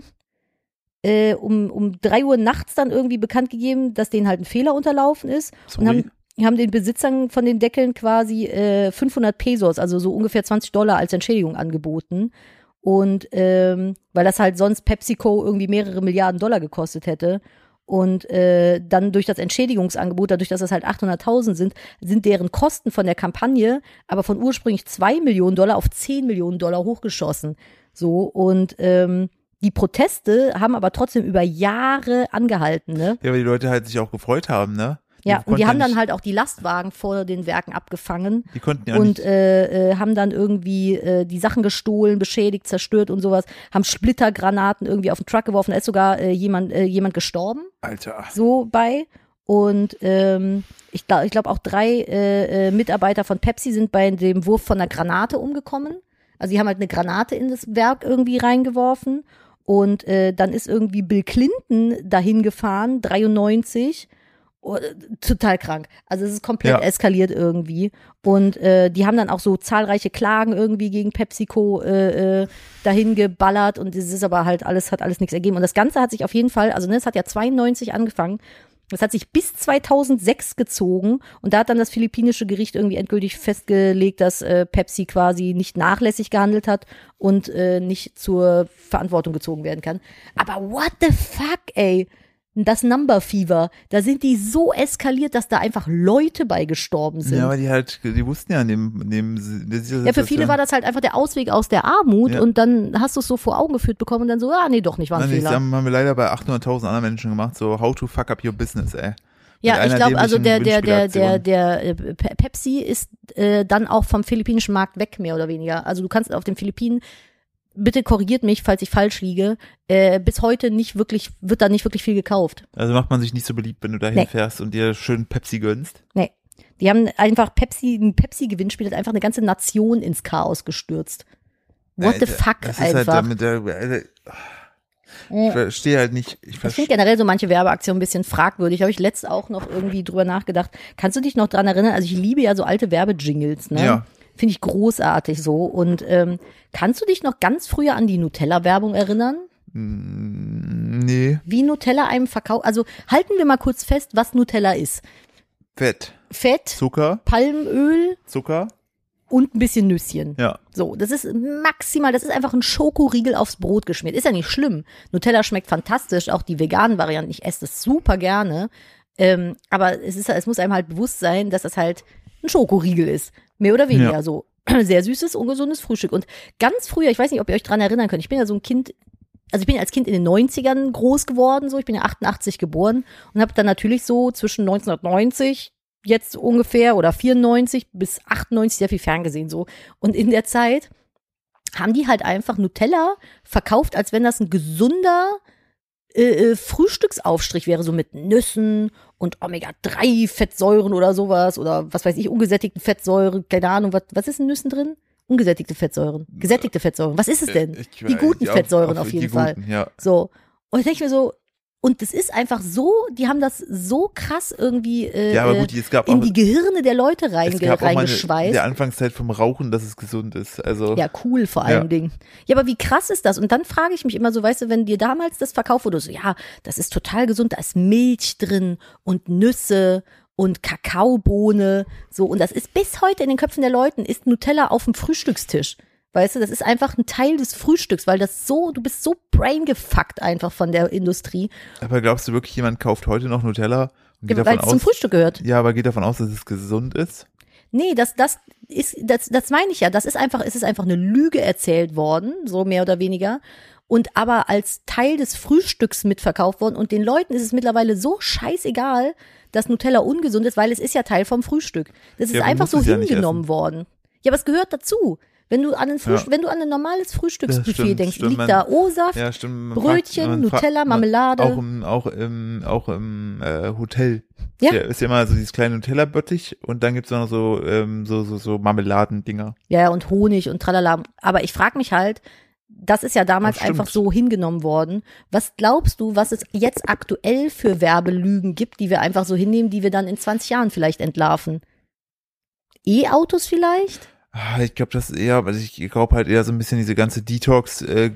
äh, um, um drei Uhr nachts dann irgendwie bekannt gegeben, dass denen halt ein Fehler unterlaufen ist und
Sorry.
haben, haben den Besitzern von den Deckeln quasi äh, 500 Pesos, also so ungefähr 20 Dollar als Entschädigung angeboten. Und ähm, weil das halt sonst PepsiCo irgendwie mehrere Milliarden Dollar gekostet hätte. Und äh, dann durch das Entschädigungsangebot, dadurch, dass das halt 800.000 sind, sind deren Kosten von der Kampagne aber von ursprünglich 2 Millionen Dollar auf 10 Millionen Dollar hochgeschossen. So, und ähm, die Proteste haben aber trotzdem über Jahre angehalten, ne?
Ja, weil die Leute halt sich auch gefreut haben, ne?
Ja, und
konnten
die haben
nicht-
dann halt auch die Lastwagen vor den Werken abgefangen
Die konnten ja
und
nicht.
äh, äh, haben dann irgendwie äh, die Sachen gestohlen, beschädigt, zerstört und sowas, haben Splittergranaten irgendwie auf den Truck geworfen. Da ist sogar äh, jemand, äh, jemand gestorben,
Alter.
so bei. Und ähm, ich glaube, ich glaub auch drei äh, äh, Mitarbeiter von Pepsi sind bei dem Wurf von einer Granate umgekommen. Also die haben halt eine Granate in das Werk irgendwie reingeworfen. Und äh, dann ist irgendwie Bill Clinton dahin gefahren, 93. Oh, äh, Total krank. Also es ist komplett
Ja.
eskaliert irgendwie. Und äh, die haben dann auch so zahlreiche Klagen irgendwie gegen PepsiCo äh, äh, dahin geballert und es ist aber halt alles, hat alles nichts ergeben. Und das Ganze hat sich auf jeden Fall, also ne, es hat ja 92 angefangen. Das hat sich bis 2006 gezogen und da hat dann das philippinische Gericht irgendwie endgültig festgelegt, dass äh, Pepsi quasi nicht nachlässig gehandelt hat und äh, nicht zur Verantwortung gezogen werden kann. Aber what the fuck, ey? Das Number Fever, da sind die so eskaliert, dass da einfach Leute bei gestorben sind.
Ja, aber die halt, die wussten ja in dem, in dem in dieser Situation.
Ja, für viele war das halt einfach der Ausweg aus der Armut
Ja.
und dann hast du es so vor Augen geführt bekommen und dann so, ah, nee, doch nicht, war ein
Nein, das
Fehler.
haben haben wir leider bei 800.000 anderen Menschen gemacht, so how to fuck up your business, ey.
Ja,
Mit
ich
einer
glaube, also der,
dämlichen
der, der, der,
Windspiegelaktion.
der äh, Pe- Pepsi ist äh, dann auch vom philippinischen Markt weg, mehr oder weniger. Also du kannst auf den Philippinen, bitte korrigiert mich, falls ich falsch liege, äh, bis heute nicht wirklich, wird da nicht wirklich viel gekauft.
Also macht man sich nicht so beliebt, wenn du dahin
Nee.
fährst und dir schön Pepsi gönnst.
Nee. Die haben einfach Pepsi, ein Pepsi-Gewinnspiel hat einfach eine ganze Nation ins Chaos gestürzt. What the
Alter,
fuck
das Ist halt
einfach. Hm.
damit, der- Alter, ich verstehe halt nicht. Ich
Ich finde
verstehe.
generell so manche Werbeaktionen ein bisschen fragwürdig. Habe ich letztens auch noch irgendwie drüber nachgedacht. Kannst du dich noch dran erinnern? Also ich liebe ja so alte Werbejingles, ne?
Ja.
Finde ich großartig so. Und ähm, kannst du dich noch ganz früher an die Nutella-Werbung erinnern?
Nee,
Wie Nutella einem verkauft. Also halten wir mal kurz fest, was Nutella ist.
Fett,
Fett,
Zucker,
Palmöl
Zucker,
und ein bisschen Nüsschen.
ja.
So, das ist maximal, das ist einfach ein Schokoriegel aufs Brot geschmiert. Ist ja nicht schlimm. Nutella schmeckt fantastisch, auch die veganen Varianten. Ich esse das super gerne. Ähm, aber es, ist, es muss einem halt bewusst sein, dass das halt ein Schokoriegel ist. Mehr oder weniger
Ja.
so. Sehr süßes, ungesundes Frühstück. Und ganz früher, ich weiß nicht, ob ihr euch dran erinnern könnt, ich bin ja so ein Kind, also ich bin ja als Kind in den 90ern groß geworden, so ich bin ja 88 geboren und habe dann natürlich so zwischen 1990 jetzt ungefähr oder 94 bis 98 sehr viel ferngesehen so und in der Zeit haben die halt einfach Nutella verkauft, als wenn das ein gesunder äh, äh, Frühstücksaufstrich wäre, so mit Nüssen und Omega-3-Fettsäuren oder sowas oder was weiß ich, ungesättigten Fettsäuren, keine Ahnung, was, was ist in Nüssen drin? Ungesättigte Fettsäuren, gesättigte Fettsäuren, was ist es denn?
Ich-
die guten
auf-
Fettsäuren auf, jeden
die
Fall.
Guten, ja.
So. Und ich denke mir so, und es ist einfach so, die haben das so krass irgendwie äh,
ja, aber gut, es gab
in
auch,
die Gehirne der Leute
es
reinge
gab auch mal eine, in
reingeschweißt.
der Anfangszeit vom Rauchen, dass es gesund ist. Also
Ja, cool vor allen
Ja.
Dingen. Ja, aber wie krass ist das? Und dann frage ich mich immer so, weißt du, wenn dir damals das verkauft wurde, so, ja, das ist total gesund, da ist Milch drin und Nüsse und Kakaobohne, so, und das ist bis heute in den Köpfen der Leuten, ist Nutella auf dem Frühstückstisch. Weißt du, das ist einfach ein Teil des Frühstücks, weil das so, du bist so braingefuckt einfach von der Industrie.
Aber glaubst du wirklich, jemand kauft heute noch Nutella Und geht
weil
davon
es zum
aus,
Frühstück gehört.
ja, aber geht davon aus, dass es gesund ist.
Nee, das, das ist, das, das meine ich ja. Das ist einfach, es ist einfach eine Lüge erzählt worden, so mehr oder weniger. Und aber als Teil des Frühstücks mitverkauft worden. Und den Leuten ist es mittlerweile so scheißegal, dass Nutella ungesund ist, weil es ist ja Teil vom Frühstück. Das ist
Ja, aber
einfach
muss
so
es ja nicht
hingenommen
essen.
worden. Ja, aber es gehört dazu. Wenn du an ein, Frühst
Ja.
wenn du an ein normales Frühstücksbuffet
Das stimmt,
denkst,
stimmt,
liegt
man-
da O-Saft,
Ja, stimmt. man
Brötchen,
fragt- man
Nutella,
man-
Marmelade.
Auch im, auch im, auch im äh, Hotel.
Ja.
Ist Ist ja immer so dieses kleine Nutella-Bottich und dann gibt's auch noch so, ähm, so, so, so Marmeladendinger.
Ja, ja, und Honig und tralala. Aber ich frage mich halt, das ist ja damals
Das stimmt.
einfach so hingenommen worden. Was glaubst du, was es jetzt aktuell für Werbelügen gibt, die wir einfach so hinnehmen, die wir dann in 20 Jahren vielleicht entlarven? E-Autos vielleicht?
Ah, Ich glaube, das ist eher, also ich glaube halt eher so ein bisschen diese ganze äh,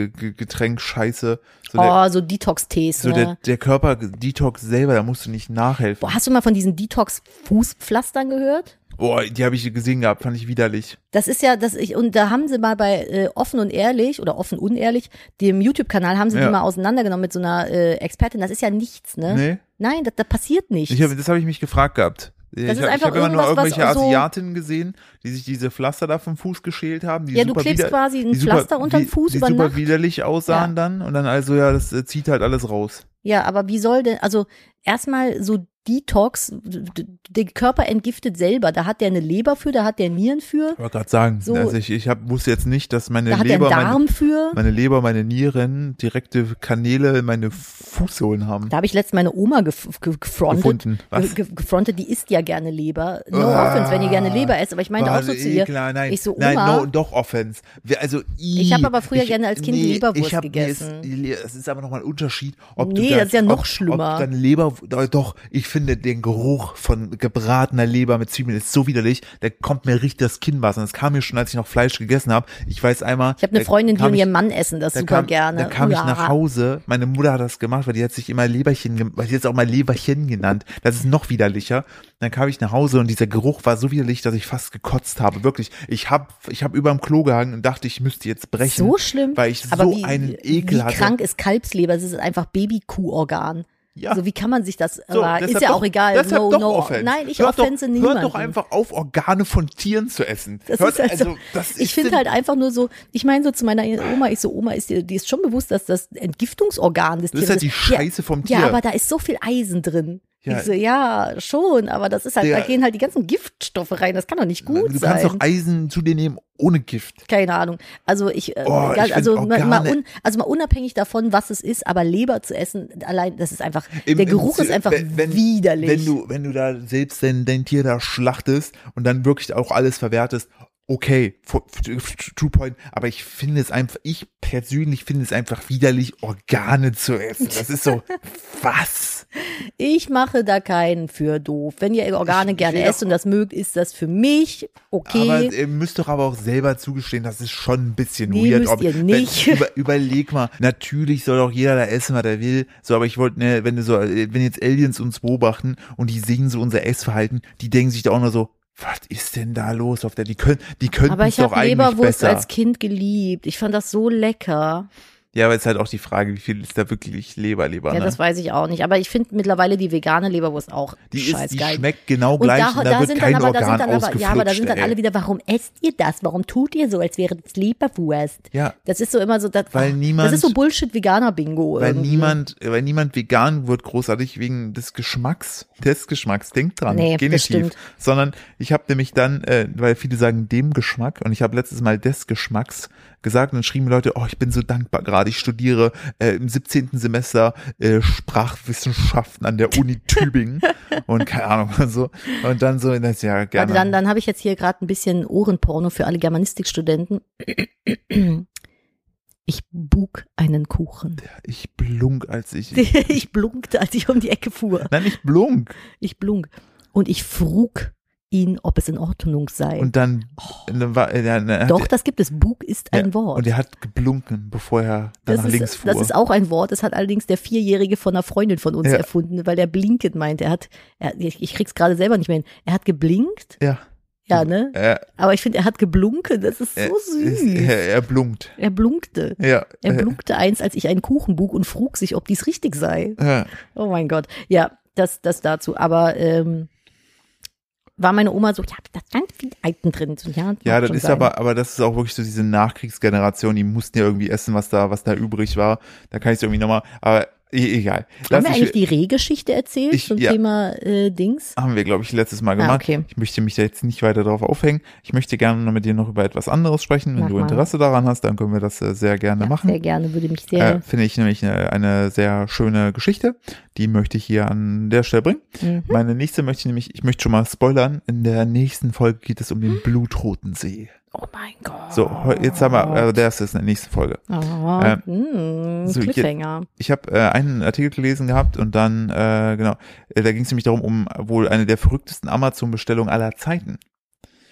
Detox-Getränk-Scheiße. so der,
oh, so Detox-Tees.
so der,
ne?
der Körper Detox selber, da musst du nicht nachhelfen.
Boah, hast du mal von diesen Detox-Fußpflastern gehört?
Boah, die habe ich gesehen gehabt, fand ich widerlich.
Das ist ja, das ich, und da haben sie mal bei äh, Offen und Ehrlich oder Offen Unehrlich, dem YouTube-Kanal, haben sie
Ja.
die mal auseinandergenommen mit so einer äh, Expertin. Das ist ja nichts, ne?
Nee?
Nein, da, da passiert nichts.
Ich hab, das habe ich mich gefragt gehabt.
ist
ich habe
einfach
hab immer nur
irgendwas, was
irgendwelche
so-
Asiatinnen gesehen, die sich diese Pflaster da vom Fuß geschält haben. Die
Ja, du
super
klebst
wider-
quasi ein
die super-
Pflaster unterm
die,
Fuß
die
über
super
Nacht.
widerlich aussahen
Ja.
dann und dann also ja, das äh, zieht halt alles raus.
Ja, aber wie soll denn, also erstmal so Detox, d- d- der Körper entgiftet selber. Da hat der eine Leber für, da hat der Nieren für,
Ich wollte gerade sagen,
So-
also ich, ich hab, wusste jetzt nicht, dass meine
da hat
Leber,
der einen
meine,
Darm für.
meine Leber, meine Nieren direkte Kanäle in meine Fußsohlen haben.
Da Äh, habe ich letztens meine Oma gef ge gefrontet.
Gefunden.
Ge
Was?
ge gefrontet, die isst ja gerne Leber. No
Ah.
offense, wenn ihr gerne Leber esst, aber ich meinte auch so zu ihr.
Klar, nein,
ich so,
nein,
Oma-
no, doch Offense. Wir, also, i,
Ich hab aber früher gerne als Kind Leberwurst
ich hab, nee,
gegessen.
Es, es ist aber nochmal ein Unterschied, ob
Nee,
du
das ist ja noch
ob,
schlimmer.
Ob dann Leber, doch, ich finde den Geruch von gebratener Leber mit Zwiebeln ist so widerlich, da kommt mir richtig das Kinnwasser. Das kam mir schon, als ich noch Fleisch gegessen habe. Ich weiß einmal.
Ich habe eine
da
Freundin, die
kam
und
ich-
ihr Mann essen das
da
super
kam,
gerne.
Da kam ich
Uah.
nach Hause, meine Mutter hat das gemacht, weil die hat sich immer Leberchen, gem- weil die hat es auch mal Leberchen genannt. Das ist noch widerlicher. Dann kam ich nach Hause und dieser Geruch war so widerlich, dass ich fast gekotzt habe. Wirklich. Ich hab, ich hab überm Klo gehangen und dachte, ich müsste jetzt brechen.
So schlimm.
Weil ich
aber
so
wie,
einen Ekel
Wie
hatte.
krank ist Kalbsleber? Es ist einfach Babykuhorgan.
Ja.
So, Also, wie kann man sich das,
So,
aber ist
deshalb
ja
doch-
auch egal.
deshalb
No,
doch
no.
Offense.
Nein, ich
hört
offense
doch,
niemanden.
Hört doch einfach auf, Organe von Tieren zu essen.
Das
hört,
ist halt so,
also, das
ich
ist
finde
denn-
halt einfach nur so, ich meine so zu meiner Oma, ich so, Oma ist dir, die ist schon bewusst, dass das Entgiftungsorgan des
Das ist
Tieres
halt die
Ja,
Scheiße vom Tier.
Ja, aber da ist so viel Eisen drin.
Ja.
Ich so, ja, schon, aber das ist halt, da
Der-
gehen halt die ganzen Giftstoffe rein, das kann doch nicht gut
du kannst
sein.
doch Eisen zu dir nehmen ohne Gift.
Keine Ahnung. Also ich, äh,
Oh, ich
ganz-
find
also, mal, mal
Organe-
un, also mal unabhängig davon, was es ist, aber Leber zu essen, allein, das ist einfach,
Im-
der
im
Geruch
Ziel-
ist einfach
wenn- wenn-
widerlich.
Wenn du, wenn du da selbst dein, dein Tier da schlachtest und dann wirklich auch alles verwertest, okay, fu- f- f- true point, aber ich finde es einfach, ich persönlich finde es einfach widerlich, Organe zu essen. Das ist so, was?
Ich mache da keinen für doof. Wenn ihr Organe
Ich- ich
gerne
will
esst und das mögt, ist das für mich
Aber
okay.
ihr müsst doch aber auch selber zugestehen, das ist schon ein bisschen
Nee,
weird.
müsst ihr
wenn-
nicht.
über, überleg mal, natürlich soll auch jeder da essen, was er will. So, aber ich wollte, ne, wenn du so, äh, wenn jetzt Aliens uns beobachten und die sehen so unser Essverhalten, die denken sich da auch nur so, was ist denn da los auf der? Die können, die könnten
Aber
es
ich
doch
habe
eigentlich
Leberwurst
besser.
als Kind geliebt. Ich fand das so lecker.
ja, aber es ist halt auch die Frage, wie viel ist da wirklich Leber, Leber,
Ja,
ne?
das weiß ich auch nicht. Aber ich finde mittlerweile die vegane Leberwurst auch
Die, ist, die
scheißgeil.
schmeckt genau
und
gleich
da,
und da, wird
sind
kein
dann aber, da
Organ
sind dann aber,
ausgeflutscht.
ja, aber da sind dann alle
ey.
wieder, warum esst ihr das? Warum tut ihr so, als wäre das Leberwurst?
Ja.
Das ist so immer so, das,
Weil
ach,
niemand-
das ist so Bullshit-Veganer-Bingo.
Weil
irgendwie.
niemand, weil niemand vegan wird großartig wegen des Geschmacks, des Geschmacks. Denkt dran,
Nee, das
Genitiv.
stimmt.
Sondern ich habe nämlich dann, äh, weil viele sagen dem Geschmack und ich habe letztes Mal des Geschmacks gesagt und dann schrieben Leute, oh, ich bin so dankbar gerade, ich studiere äh, im 17. Semester äh, Sprachwissenschaften an der Uni Tübingen und keine Ahnung und so. Und dann so, das ja gerne.
Warte, dann, dann habe ich jetzt hier gerade ein bisschen Ohrenporno für alle Germanistikstudenten. Ich bug einen Kuchen.
ich blunk, als ich.
Ich blunkte, als ich um die Ecke fuhr.
Nein, ich blunk.
Ich blunk. Und ich frug ihn, ob es in Ordnung sei.
Und dann, dann war, äh, dann hat
Oh. Doch, das gibt es. Bug ist ein
Ja,
Wort.
Und er hat geblunken, bevor er dann
das
nach
ist,
links fuhr.
das ist auch ein Wort. Das hat allerdings der Vierjährige von einer Freundin von uns
Ja.
erfunden, weil er blinken meint. Er hat, er, ich ich krieg's gerade selber nicht mehr hin. Er hat geblinkt,
ja.
ja, ne?
Er,
Aber ich finde, er hat geblunken. Das ist so
Mhm. er,
süß.
ist- er, er blunkt.
er blunkte.
Ja.
Er
äh,
blunkte eins, als ich einen Kuchen buk und frug sich, ob dies richtig sei.
ja.
Oh mein Gott. Ja, das, das dazu. Aber ähm, war meine Oma so, ja, da sind viel Alten drin. So, ja,
Ja,
mag
das
schon
ist
sein.
aber, aber das ist auch wirklich so diese Nachkriegsgeneration, die mussten ja irgendwie essen, was da, was da übrig war. Da kann ich es irgendwie nochmal, aber e egal.
Haben
Lass
wir
mich-
eigentlich die Rehgeschichte erzählt
Ich-
zum
ja.
Thema äh, Dings?
haben wir, glaube ich, letztes Mal
Ah,
gemacht.
okay.
Ich möchte mich da jetzt nicht weiter drauf aufhängen. Ich möchte gerne noch mit dir noch über etwas anderes sprechen. Wenn
Mach
du
mal.
Interesse daran hast, dann können wir das äh, sehr gerne
Ja,
machen.
Sehr gerne, würde mich sehr.
Äh, Finde ich nämlich eine, eine sehr schöne Geschichte. Die möchte ich hier an der Stelle bringen.
Mhm.
Meine nächste möchte ich nämlich, ich möchte schon mal spoilern, in der nächsten Folge geht es um den Blutroten See.
oh mein Gott.
So, heu- jetzt haben wir, also das ist eine nächste Folge.
Oh,
ähm,
mh,
so, jetzt-
Cliffhanger.
Ich habe äh, einen Artikel gelesen gehabt und dann, äh, genau, äh, da ging es nämlich darum, um wohl eine der verrücktesten Amazon-Bestellungen aller Zeiten.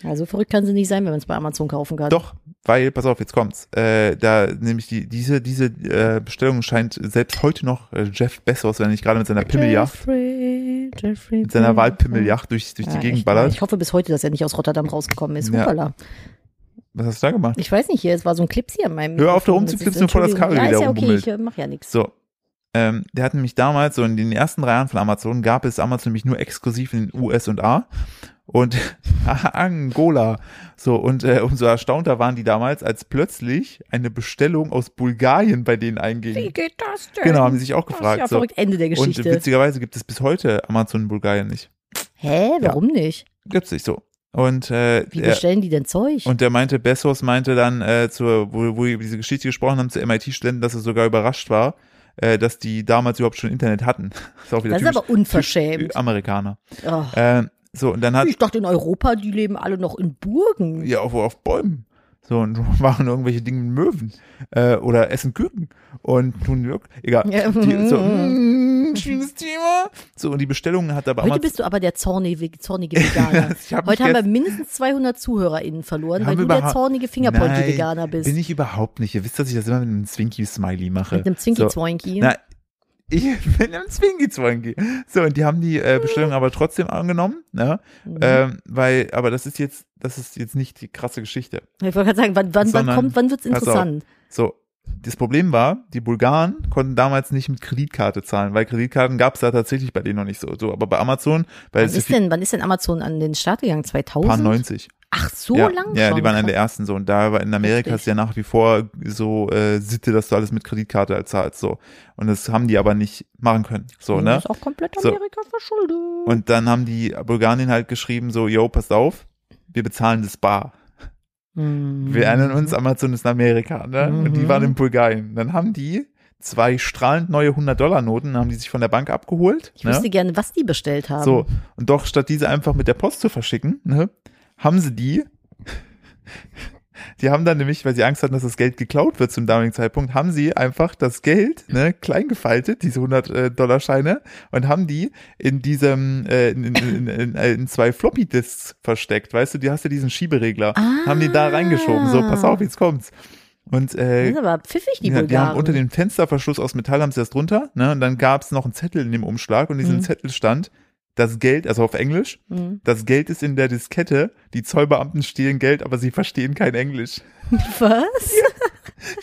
Also verrückt kann sie nicht sein, wenn man es bei Amazon kaufen kann.
Doch, weil, pass auf, jetzt kommt's. Äh, da nämlich die, diese, diese äh, Bestellung scheint selbst heute noch äh, Jeff Bezos, wenn nicht gerade mit seiner Pimmeljacht,
Jeffrey, Jeffrey
mit seiner
Bezos.
Wahlpimmeljacht durch, durch
Mhm. Ja,
die Gegend
echt mal.
ballert.
Ich hoffe bis heute, dass er nicht aus Rotterdam rausgekommen ist.
Ja.
Hoppala.
Was hast du da gemacht?
Ich weiß nicht, hier, es war so ein Clips hier an meinem.
Hör auf, da
Mikrofon. Das ist-
rumzuklipsen, bevor das Kabel
Entschuldigung.
wieder
Ja,
rumbummelt.
ist ja okay, ich äh, mach ja nichts.
So. Ähm, der hat nämlich damals, so in den ersten drei Jahren von Amazon, gab es Amazon nämlich nur exklusiv in den US und A. Und Angola. So, und äh, umso erstaunter waren die damals, als plötzlich eine Bestellung aus Bulgarien bei denen
Wie
einging.
geht das denn?
Genau, haben sie sich auch gefragt.
Das ist ja
so.
verrückt. Ende der
Und
Geschichte.
witzigerweise gibt es bis heute Amazon in Bulgarien nicht.
Hä, warum nicht?
Gibt's nicht so. Und, äh,
Wie
er,
bestellen die denn Zeug?
und der meinte, Bessos meinte dann, äh, zur, wo, wo wir über diese Geschichte gesprochen haben, zu MIT-Studenten, dass er sogar überrascht war, äh, dass die damals überhaupt schon Internet hatten. Das ist auch wieder
das ist
typisch,
aber unverschämt.
typisch Amerikaner.
Ach,
Äh, so, und dann hat,
ich dachte, in Europa, die leben alle noch in Burgen.
ja, auf, auf Bäumen. So, und machen irgendwelche Dinge mit Möwen. Äh, oder essen Küken. Und tun wirklich, egal.
Ja.
Die, so, mm, schönes Thema. So, und die Bestellungen hat aber
Heute
Amazon.
bist du aber der zornige, zornige Veganer.
Ich hab mich
Heute haben wir
gestern-
mindestens 200 ZuhörerInnen verloren,
Haben
weil
wir
du der
überhaupt-
zornige Fingerpointy-Veganer bist.
Bin ich überhaupt nicht. Ihr wisst, dass ich das immer mit einem Zwinky-Smiley mache.
Mit einem
So,
Zwinki-Zwoinki.
na, ich bin einem Zwinky-Zwinky. So, und die haben die äh,
Ah.
Bestellung aber trotzdem angenommen, ne?
Mhm.
Ähm, weil, aber das ist jetzt, das ist jetzt nicht die krasse Geschichte.
ich wollte gerade sagen, wann, wann, wann
sondern-
kommt, wann wird's
Pass auf.
interessant?
So, das Problem war, die Bulgaren konnten damals nicht mit Kreditkarte zahlen, weil Kreditkarten gab es da tatsächlich bei denen noch nicht so. So, aber bei Amazon, weil
Wann
es so
ist,
Also viel,
denn, wann ist denn Amazon an den Start gegangen? 2000?
paar 90.
Ach, so
ja,
lang
Ja,
schon.
die waren an der ersten so. Und da war in Amerika
Heftig.
ist ja nach wie vor so äh, Sitte, dass du alles mit Kreditkarte halt zahlst. So. Und das haben die aber nicht machen können. So,
Nee,
ne?
Das Hm, ist auch komplett
So.
Amerika verschuldet.
Und dann haben die Bulgarien halt geschrieben, so, yo, passt auf, wir bezahlen das Bar.
Mhm.
Wir erinnern uns, Amazon ist in Amerika, ne? Und die
Mhm.
waren in Bulgarien. Dann haben die zwei strahlend neue 100-Dollar-Noten, haben die sich von der Bank abgeholt.
Ich
ne?
wüsste gerne, was die bestellt haben.
So, und doch statt diese einfach mit der Post zu verschicken, ne, haben sie die, die haben dann nämlich, weil sie Angst hatten, dass das Geld geklaut wird zum damaligen Zeitpunkt, haben sie einfach das Geld, ne, klein gefaltet, diese 100-Dollar-Scheine, und haben die in diesem, äh, in, in, in, in, äh, in zwei Floppy-Disks versteckt, weißt du, die hast ja diesen Schieberegler,
Ah.
haben die da reingeschoben, so, pass auf, jetzt kommt's. Und,
Das
äh,
ist aber pfiffig, die
ja,
Bulgaren.
die haben unter dem Fensterverschluss aus Metall haben sie das drunter, ne? Und dann gab es noch einen Zettel in dem Umschlag und in diesem
Mhm.
Zettel stand, das Geld, also auf Englisch,
Mhm.
das Geld ist in der Diskette, die Zollbeamten stehlen Geld, aber sie verstehen kein Englisch.
Was?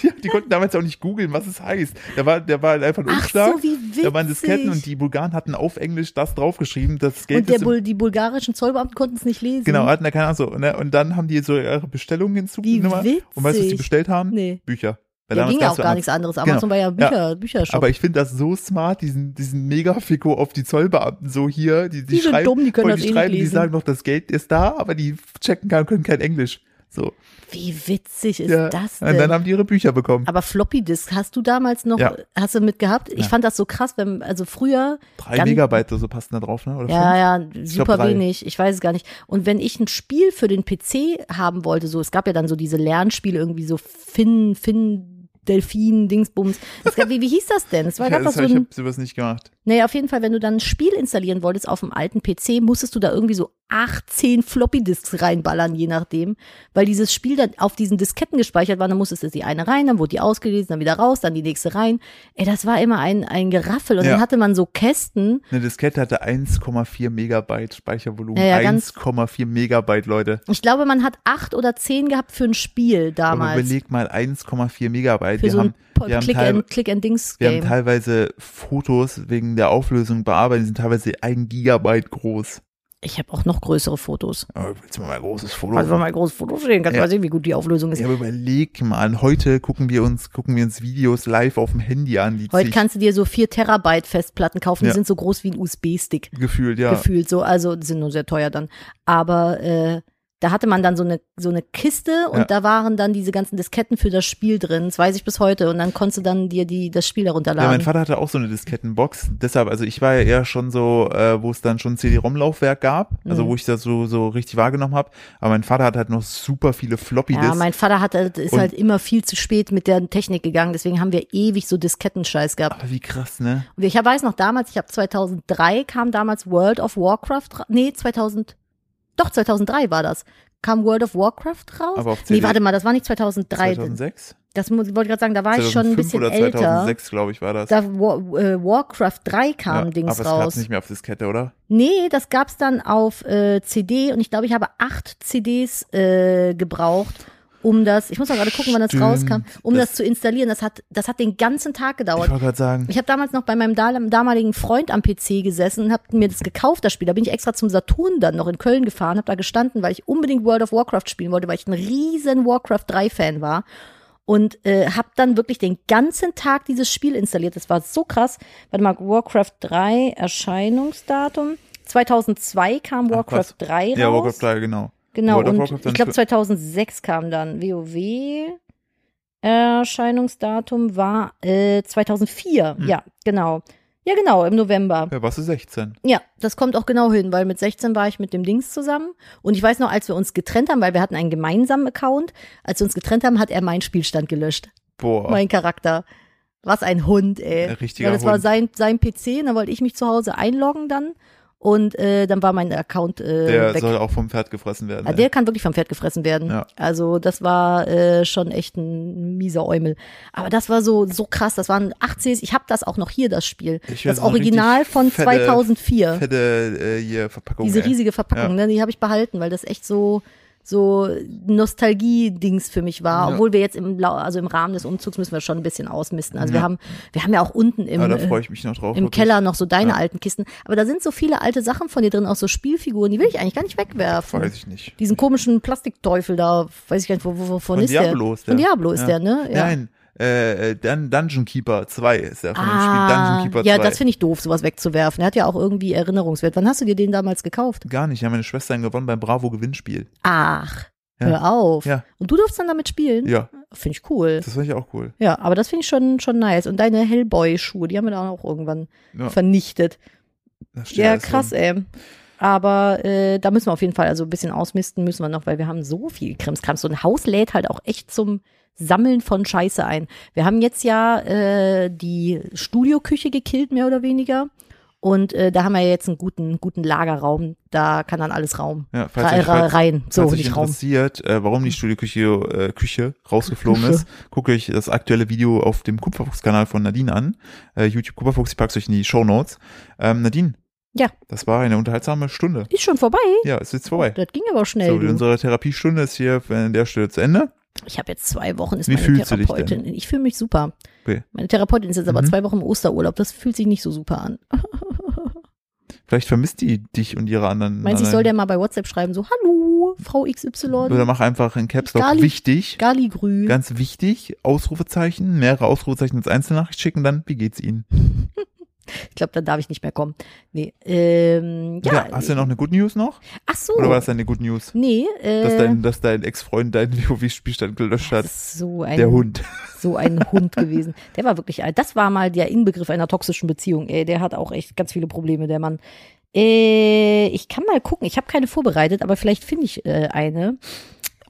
Die, die konnten damals auch nicht googeln, was es heißt. Da war, da war halt einfach ein
Ach
Umschlag,
so, wie witzig.
da waren Disketten und die Bulgaren hatten auf Englisch das draufgeschrieben, das Geld
Und der
ist. im-
Bul die bulgarischen Zollbeamten konnten es nicht lesen.
genau, hatten da keine Ahnung. So, ne? Und dann haben die so ihre Bestellungen
Wie
hinzugenommen. Und weißt du, was die
witzig.
bestellt haben?
Nee.
Bücher. Weil
Da
damals
ging ja
gab's
auch
für Amazon-
gar
Genau.
nichts anderes. Amazon war ja Bücher, Büchershop.
Aber ich finde das so smart, diesen, diesen Mega-Fico auf die Zollbeamten so hier. Die, die,
Die sind
schreiben,
dumm, die können
voll,
das eh
die,
nicht
schreiben die
lesen.
sagen noch, das Geld ist da, aber die checken gar, können kein Englisch. So.
Wie witzig ist
ja.
das
Und dann
denn?
haben die ihre Bücher bekommen.
Aber Floppy Disk hast du damals noch,
Ja.
hast du mit gehabt? Ich
Ja.
fand das so krass, wenn, also früher,
Drei
dann-
Megabyte oder so passen da drauf, ne? Oder fünf?
ja, ja,
glaub,
super
drei.
wenig, ich weiß es gar nicht. Und wenn ich ein Spiel für den PC haben wollte, so, es gab ja dann so diese Lernspiele irgendwie so Finn, Finn, Delfin, Dingsbums. Es gab, wie, wie hieß das denn? Es war,
Ja,
gab
das
das so
hab, ich
ein,
habe sowas nicht gemacht.
Naja, auf jeden Fall, wenn du dann ein Spiel installieren wolltest auf dem alten PC, musstest du da irgendwie so 18 Floppy-Disks reinballern, je nachdem. Weil dieses Spiel dann auf diesen Disketten gespeichert war, dann musstest du die eine rein, dann wurde die ausgelesen, dann wieder raus, dann die nächste rein. Ey, das war immer ein, ein Geraffel. Und
Ja.
dann hatte man so Kästen.
Eine Diskette hatte 1,4 Megabyte Speichervolumen.
Ja, ja, ganz-
1,4 Megabyte, Leute.
Ich glaube, man hat acht oder zehn gehabt für ein Spiel
Aber
damals.
überleg mal 1,4 Megabyte. weil
Für
wir
so
haben,
ein
wir haben teil- wir haben
Click-and-Dings-Game.
teilweise Fotos wegen der Auflösung bearbeitet, die sind teilweise ein Gigabyte groß.
ich habe auch noch größere Fotos.
Aber Oh, willst du mal ein großes Foto?
Also wenn man ein großes Foto stehen kann,
Ja.
weiß ich, wie gut die Auflösung ist.
ja, aber überleg mal, heute gucken wir uns, gucken wir uns Videos live auf dem Handy an, die
Heute
zig
kannst du dir so 4 Terabyte Festplatten kaufen,
Ja.
die sind so groß wie ein USB-Stick
gefühlt, ja.
gefühlt so, also die sind nur sehr teuer dann. Aber äh, da hatte man dann so eine so eine Kiste und
Ja.
da waren dann diese ganzen Disketten für das Spiel drin, das weiß ich bis heute und dann konntest du dann dir die das Spiel
Ja, mein
herunterladen.
Vater hatte auch so eine Diskettenbox. Deshalb, also ich war ja eher schon so, äh, wo es dann schon CD-ROM-Laufwerk gab, also
Mhm.
wo ich das so, so richtig wahrgenommen habe. Aber mein Vater hat halt noch super viele floppy
ja, mein Vater hat halt, ist
Und-
halt immer viel zu spät mit der Technik gegangen, deswegen haben wir ewig so Diskettenscheiß gehabt.
Aber wie krass, ne?
Und ich hab- weiß noch damals, ich habe 2003 kam damals World of Warcraft, ra- nee, 2000, doch 2003 war das. Kam World of Warcraft raus?
Aber auf CD
nee, warte mal, das war nicht 2003.
2006?
Das muss- wollte ich gerade sagen, da war ich schon ein
2005
bisschen
oder
älter.
2006, glaube ich, war das.
Da War, äh, Warcraft 3 kam
ja,
Dings
aber es gab's
raus.
nicht mehr auf Diskette, oder?
Nee, das gab's dann auf äh, CD und ich glaube, ich habe acht CDs äh, gebraucht, um das, ich muss mal gerade gucken, wann das
Stimmt,
rauskam, um das,
das-
zu installieren. Das hat, das hat den ganzen Tag gedauert.
Ich wollte gerade sagen,
Ich habe damals noch bei meinem dal- damaligen Freund am PC gesessen und habe mir das gekauft, das Spiel. Da bin ich extra zum Saturn dann noch in Köln gefahren, habe da gestanden, weil ich unbedingt World of Warcraft spielen wollte, weil ich ein riesen Warcraft 3 Fan war. Und äh, habe dann wirklich den ganzen Tag dieses Spiel installiert. Das war so krass. Warte mal, Warcraft 3 Erscheinungsdatum. 2002 kam
Ach,
Warcraft
krass.
3 raus.
ja, Warcraft 3, genau.
Genau,
World of
und
Warcraft dann
ich glaube
für-
2006 kam dann WoW. Erscheinungsdatum war äh, 2004.
Hm.
Ja, genau. Ja, genau, im November.
Ja, warst du 16?
Ja, das kommt auch genau hin, weil mit 16 war ich mit dem Dings zusammen. Und ich weiß noch, als wir uns getrennt haben, weil wir hatten einen gemeinsamen Account, als wir uns getrennt haben, hat er meinen Spielstand gelöscht.
Boah.
Mein Charakter. Was ein Hund, ey.
Ein richtiger
Weil das war
Hund.
sein, sein PC, und dann wollte ich mich zu Hause einloggen dann. Und äh, dann war mein Account äh,
der
weg.
soll auch vom Pferd gefressen werden. ne?
Ah,
ey.
Der kann wirklich vom Pferd gefressen werden.
Ja.
Also das war äh, schon echt ein mieser Eumel. Aber das war so so krass. Das waren 80s. Ich habe das auch noch hier, das Spiel.
Ich weiß
das
noch richtig
Original von
fette-
2004.
Fette äh, hier Verpackung.
Diese
ey.
riesige Verpackung, ne, die habe ich behalten, weil das echt so so Nostalgie-Dings für mich war.
Ja.
Obwohl wir jetzt im, Lau- also im Rahmen des Umzugs müssen wir schon ein bisschen ausmisten. Also wir
Ja.
haben wir haben ja auch unten im
Ja, Ah, da
äh,
freue ich mich noch drauf.
im
wirklich.
Keller noch so deine
Ja.
alten Kisten. Aber da sind so viele alte Sachen von dir drin, auch so Spielfiguren, die will ich eigentlich gar nicht wegwerfen.
Weiß ich nicht.
Diesen komischen Plastikteufel da, weiß ich gar nicht, wo- wo- wovon
Von
ist
Diablo
der?
ist der.
Von Diablo ist
Ja.
der, ne? Ja.
Nein, äh, äh, Dun Dungeon Keeper 2 ist ja von
Ah,
dem Spiel Dungeon Keeper 2.
ja, das finde ich doof, sowas wegzuwerfen. Er hat ja auch irgendwie Erinnerungswert. Wann hast du dir den damals gekauft?
Gar nicht, ja, meine Schwestern gewonnen beim Bravo Gewinnspiel.
Ach,
Ja.
hör auf.
Ja.
Und du durfst dann damit spielen?
Ja,
Finde ich cool.
das fand ich auch cool.
Ja, aber das finde ich schon, schon nice. Und deine Hellboy-Schuhe, die haben wir dann auch irgendwann
Ja,
vernichtet.
das steht
Ja,
alles
krass,
drin.
ey. Aber äh, da müssen wir auf jeden Fall also ein bisschen ausmisten müssen wir noch, weil wir haben so viel Krimskrams. So ein Haus lädt halt auch echt zum Sammeln von Scheiße ein. Wir haben jetzt ja äh, die Studioküche gekillt, mehr oder weniger. Und äh, da haben wir jetzt einen guten, guten Lagerraum. Da kann dann alles Raum.
Ja, falls
Ra
euch-
ra
falls-
rein. So,
Falls euch
nicht Raum.
interessiert, äh, warum die Studioküche äh, Küche rausgeflogen
Hm. Küche.
ist, guckt euch das aktuelle Video auf dem Kupferfuchs-Kanal von Nadine an. Äh, YouTube Kupferfuchs, ich pack's euch in die Shownotes. Ähm, Nadine.
Ja.
Das war eine unterhaltsame Stunde.
Ist schon vorbei.
Ja, es ist jetzt vorbei.
Das ging aber
So,
schnell. du.
unsere Therapiestunde ist hier an der Stelle zu Ende.
Ich habe jetzt zwei Wochen, ist
Wie
meine
fühlst du dich
Therapeutin. Ich fühle mich super.
Okay.
Meine Therapeutin ist jetzt aber
Mhm.
zwei Wochen im Osterurlaub. Das fühlt sich nicht so super an.
Vielleicht vermisst die dich und ihre anderen.
Meinst du, ich soll
anderen-
der mal bei WhatsApp schreiben, so, hallo, Frau
Oder
XY,
mach einfach in Caps Lock
Gali-
wichtig,
Galigrü.
ganz wichtig, Ausrufezeichen, mehrere Ausrufezeichen als Einzelnachricht schicken, dann wie geht's Ihnen?
Ich glaube, dann darf ich nicht mehr kommen. Nee, ähm, ja.
hast du noch eine Good News noch?
Ach so.
Oder war das deine Good News?
nee, äh,
Dass dein, dass dein Ex-Freund deinen WoW-Spielstand gelöscht
das
hat.
ist so ein,
Der Hund.
so ein Hund gewesen. Der war wirklich alt. Das war mal der Inbegriff einer toxischen Beziehung. Ey, der hat auch echt ganz viele Probleme, der Mann. Äh, ich kann mal gucken. Ich habe keine vorbereitet, aber vielleicht finde ich äh, eine.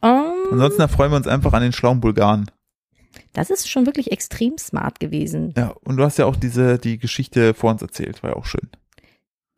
Ähm,
Ansonsten erfreuen wir uns einfach an den schlauen Bulgaren.
das ist schon wirklich extrem smart gewesen.
Ja, und du hast ja auch diese, die Geschichte vor uns erzählt, war ja auch schön.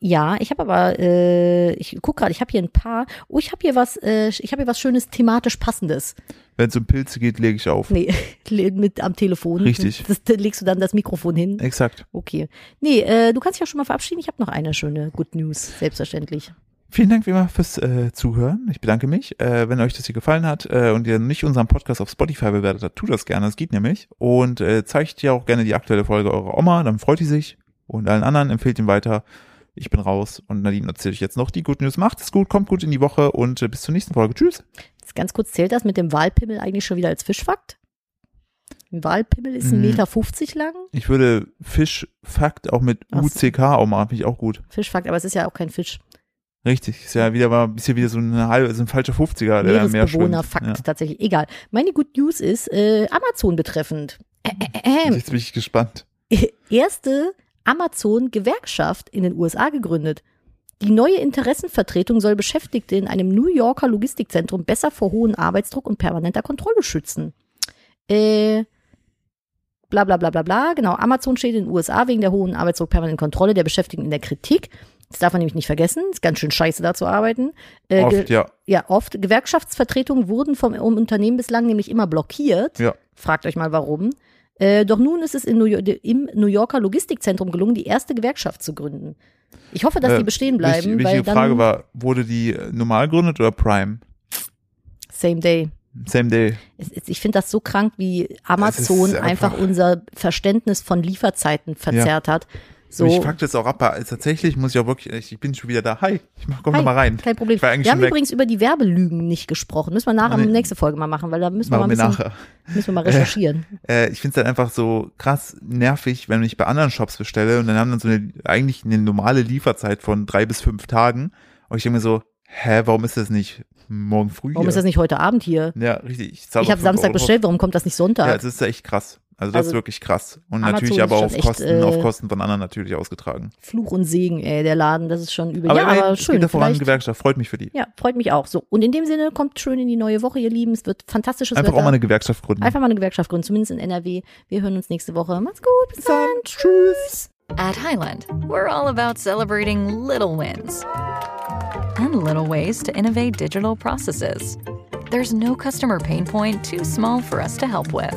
Ja, ich habe aber, äh, ich guck gerade, ich habe hier ein paar. Oh, ich habe hier was, äh, ich habe hier was Schönes thematisch Passendes.
Wenn es um Pilze geht, lege ich auf.
Nee, le- mit am Telefon.
Richtig.
Das, da legst du dann das Mikrofon hin. äh,
Exakt.
Okay. Nee, äh, du kannst dich auch schon mal verabschieden. Ich habe noch eine schöne Good News, selbstverständlich.
Vielen Dank wie immer fürs äh, Zuhören. Ich bedanke mich. Äh, wenn euch das hier gefallen hat äh, und ihr nicht unseren Podcast auf Spotify bewertet habt, tut das gerne. Es geht nämlich. Und äh, zeigt ja auch gerne die aktuelle Folge eurer Oma, dann freut die sich. Und allen anderen empfehlt ihn weiter. Ich bin raus und Nadine erzähle ich jetzt noch die Good News. Macht es gut, kommt gut in die Woche und äh, bis zur nächsten Folge. Tschüss.
Jetzt ganz kurz, zählt das mit dem Walpimmel eigentlich schon wieder als Fischfakt? Ein Walpimmel ist ein
Mm.
Meter 50 lang.
Ich würde Fischfakt auch mit
Ach so.
UCK auch mal, finde ich auch gut.
Fischfakt, aber es ist ja auch kein Fisch.
Richtig. Ist ja wieder mal, ist hier wieder so eine halbe, so ein falscher 50er, der da im Meer schwimmt.
Meeresbewohner-Fakt tatsächlich. Egal. Meine Good News ist äh, Amazon betreffend. Ä äh,
Ja.
ähm.
Jetzt bin ich gespannt.
erste Amazon-Gewerkschaft in den USA gegründet. Die neue Interessenvertretung soll Beschäftigte in einem New Yorker Logistikzentrum besser vor hohem Arbeitsdruck und permanenter Kontrolle schützen. Äh, bla bla bla bla bla. Genau, Amazon steht in den USA wegen der hohen Arbeitsdruck, permanenten Kontrolle der Beschäftigten in der Kritik. Das darf man nämlich nicht vergessen. Ist ganz schön scheiße, da zu arbeiten. Äh, ge-
Oft, ja.
ja, oft. Gewerkschaftsvertretungen wurden vom Unternehmen bislang nämlich immer blockiert.
Ja.
Fragt euch mal warum. Äh, doch nun ist es in New im New Yorker Logistikzentrum gelungen, die erste Gewerkschaft zu gründen. Ich hoffe, dass
Äh,
die bestehen bleiben,
Wichtig-
weil
wichtige
dann
Frage war, wurde die äh, normal gegründet oder Prime?
Same Day.
Same Day.
Es- es- Ich finde das so krank, wie Amazon
einfach-
einfach, unser Verständnis von Lieferzeiten verzerrt hat. So.
Mich fuckt das auch ab, aber tatsächlich muss ich auch wirklich, ich ich bin schon wieder da. Hi, ich mach, komm
Hi,
noch mal rein.
Kein Problem.
Ich war eigentlich
Wir
schon
haben
weg.
übrigens über die Werbelügen nicht gesprochen. Müssen wir nachher
Nee.
nächste Folge mal machen, weil da müssen wir mal
Machen wir
ein bisschen,
nachher.
müssen wir mal recherchieren.
Äh, ich find's dann einfach so krass nervig, wenn ich bei anderen Shops bestelle und dann haben dann so eine, eigentlich eine normale Lieferzeit von drei bis fünf Tagen. Und ich denke mir so, hä, warum ist das nicht morgen früh?
Warum
hier?
ist das nicht heute Abend hier?
Ja, richtig. zahl
Ich
doch
habe
fünf
Samstag
Euro.
bestellt, warum kommt das nicht
Ja,
Sonntag?
das ist echt krass. Also das
Also,
ist wirklich krass. Und
Amazon
natürlich
ist
aber
schon
auf
echt,
Kosten,
äh,
auf Kosten von anderen natürlich ausgetragen.
Fluch und Segen, ey, der Laden, das ist schon übel.
Aber,
ja,
immerhin,
aber
es geht
schön.
da voran,
vielleicht-
Gewerkschaft, freut mich für die.
Ja, freut mich auch. So. Und in dem Sinne, kommt schön in die neue Woche, ihr Lieben. Es wird fantastisches
Einfach
Wetter.
auch mal eine Gewerkschaft gründen.
Einfach mal eine Gewerkschaft gründen, zumindest in NRW. Wir hören uns nächste Woche. Macht's gut. Bis dann. Tschüss.
At Highland, we're all about celebrating little wins and little ways to innovate digital processes. There's no customer pain point too small for us to help with.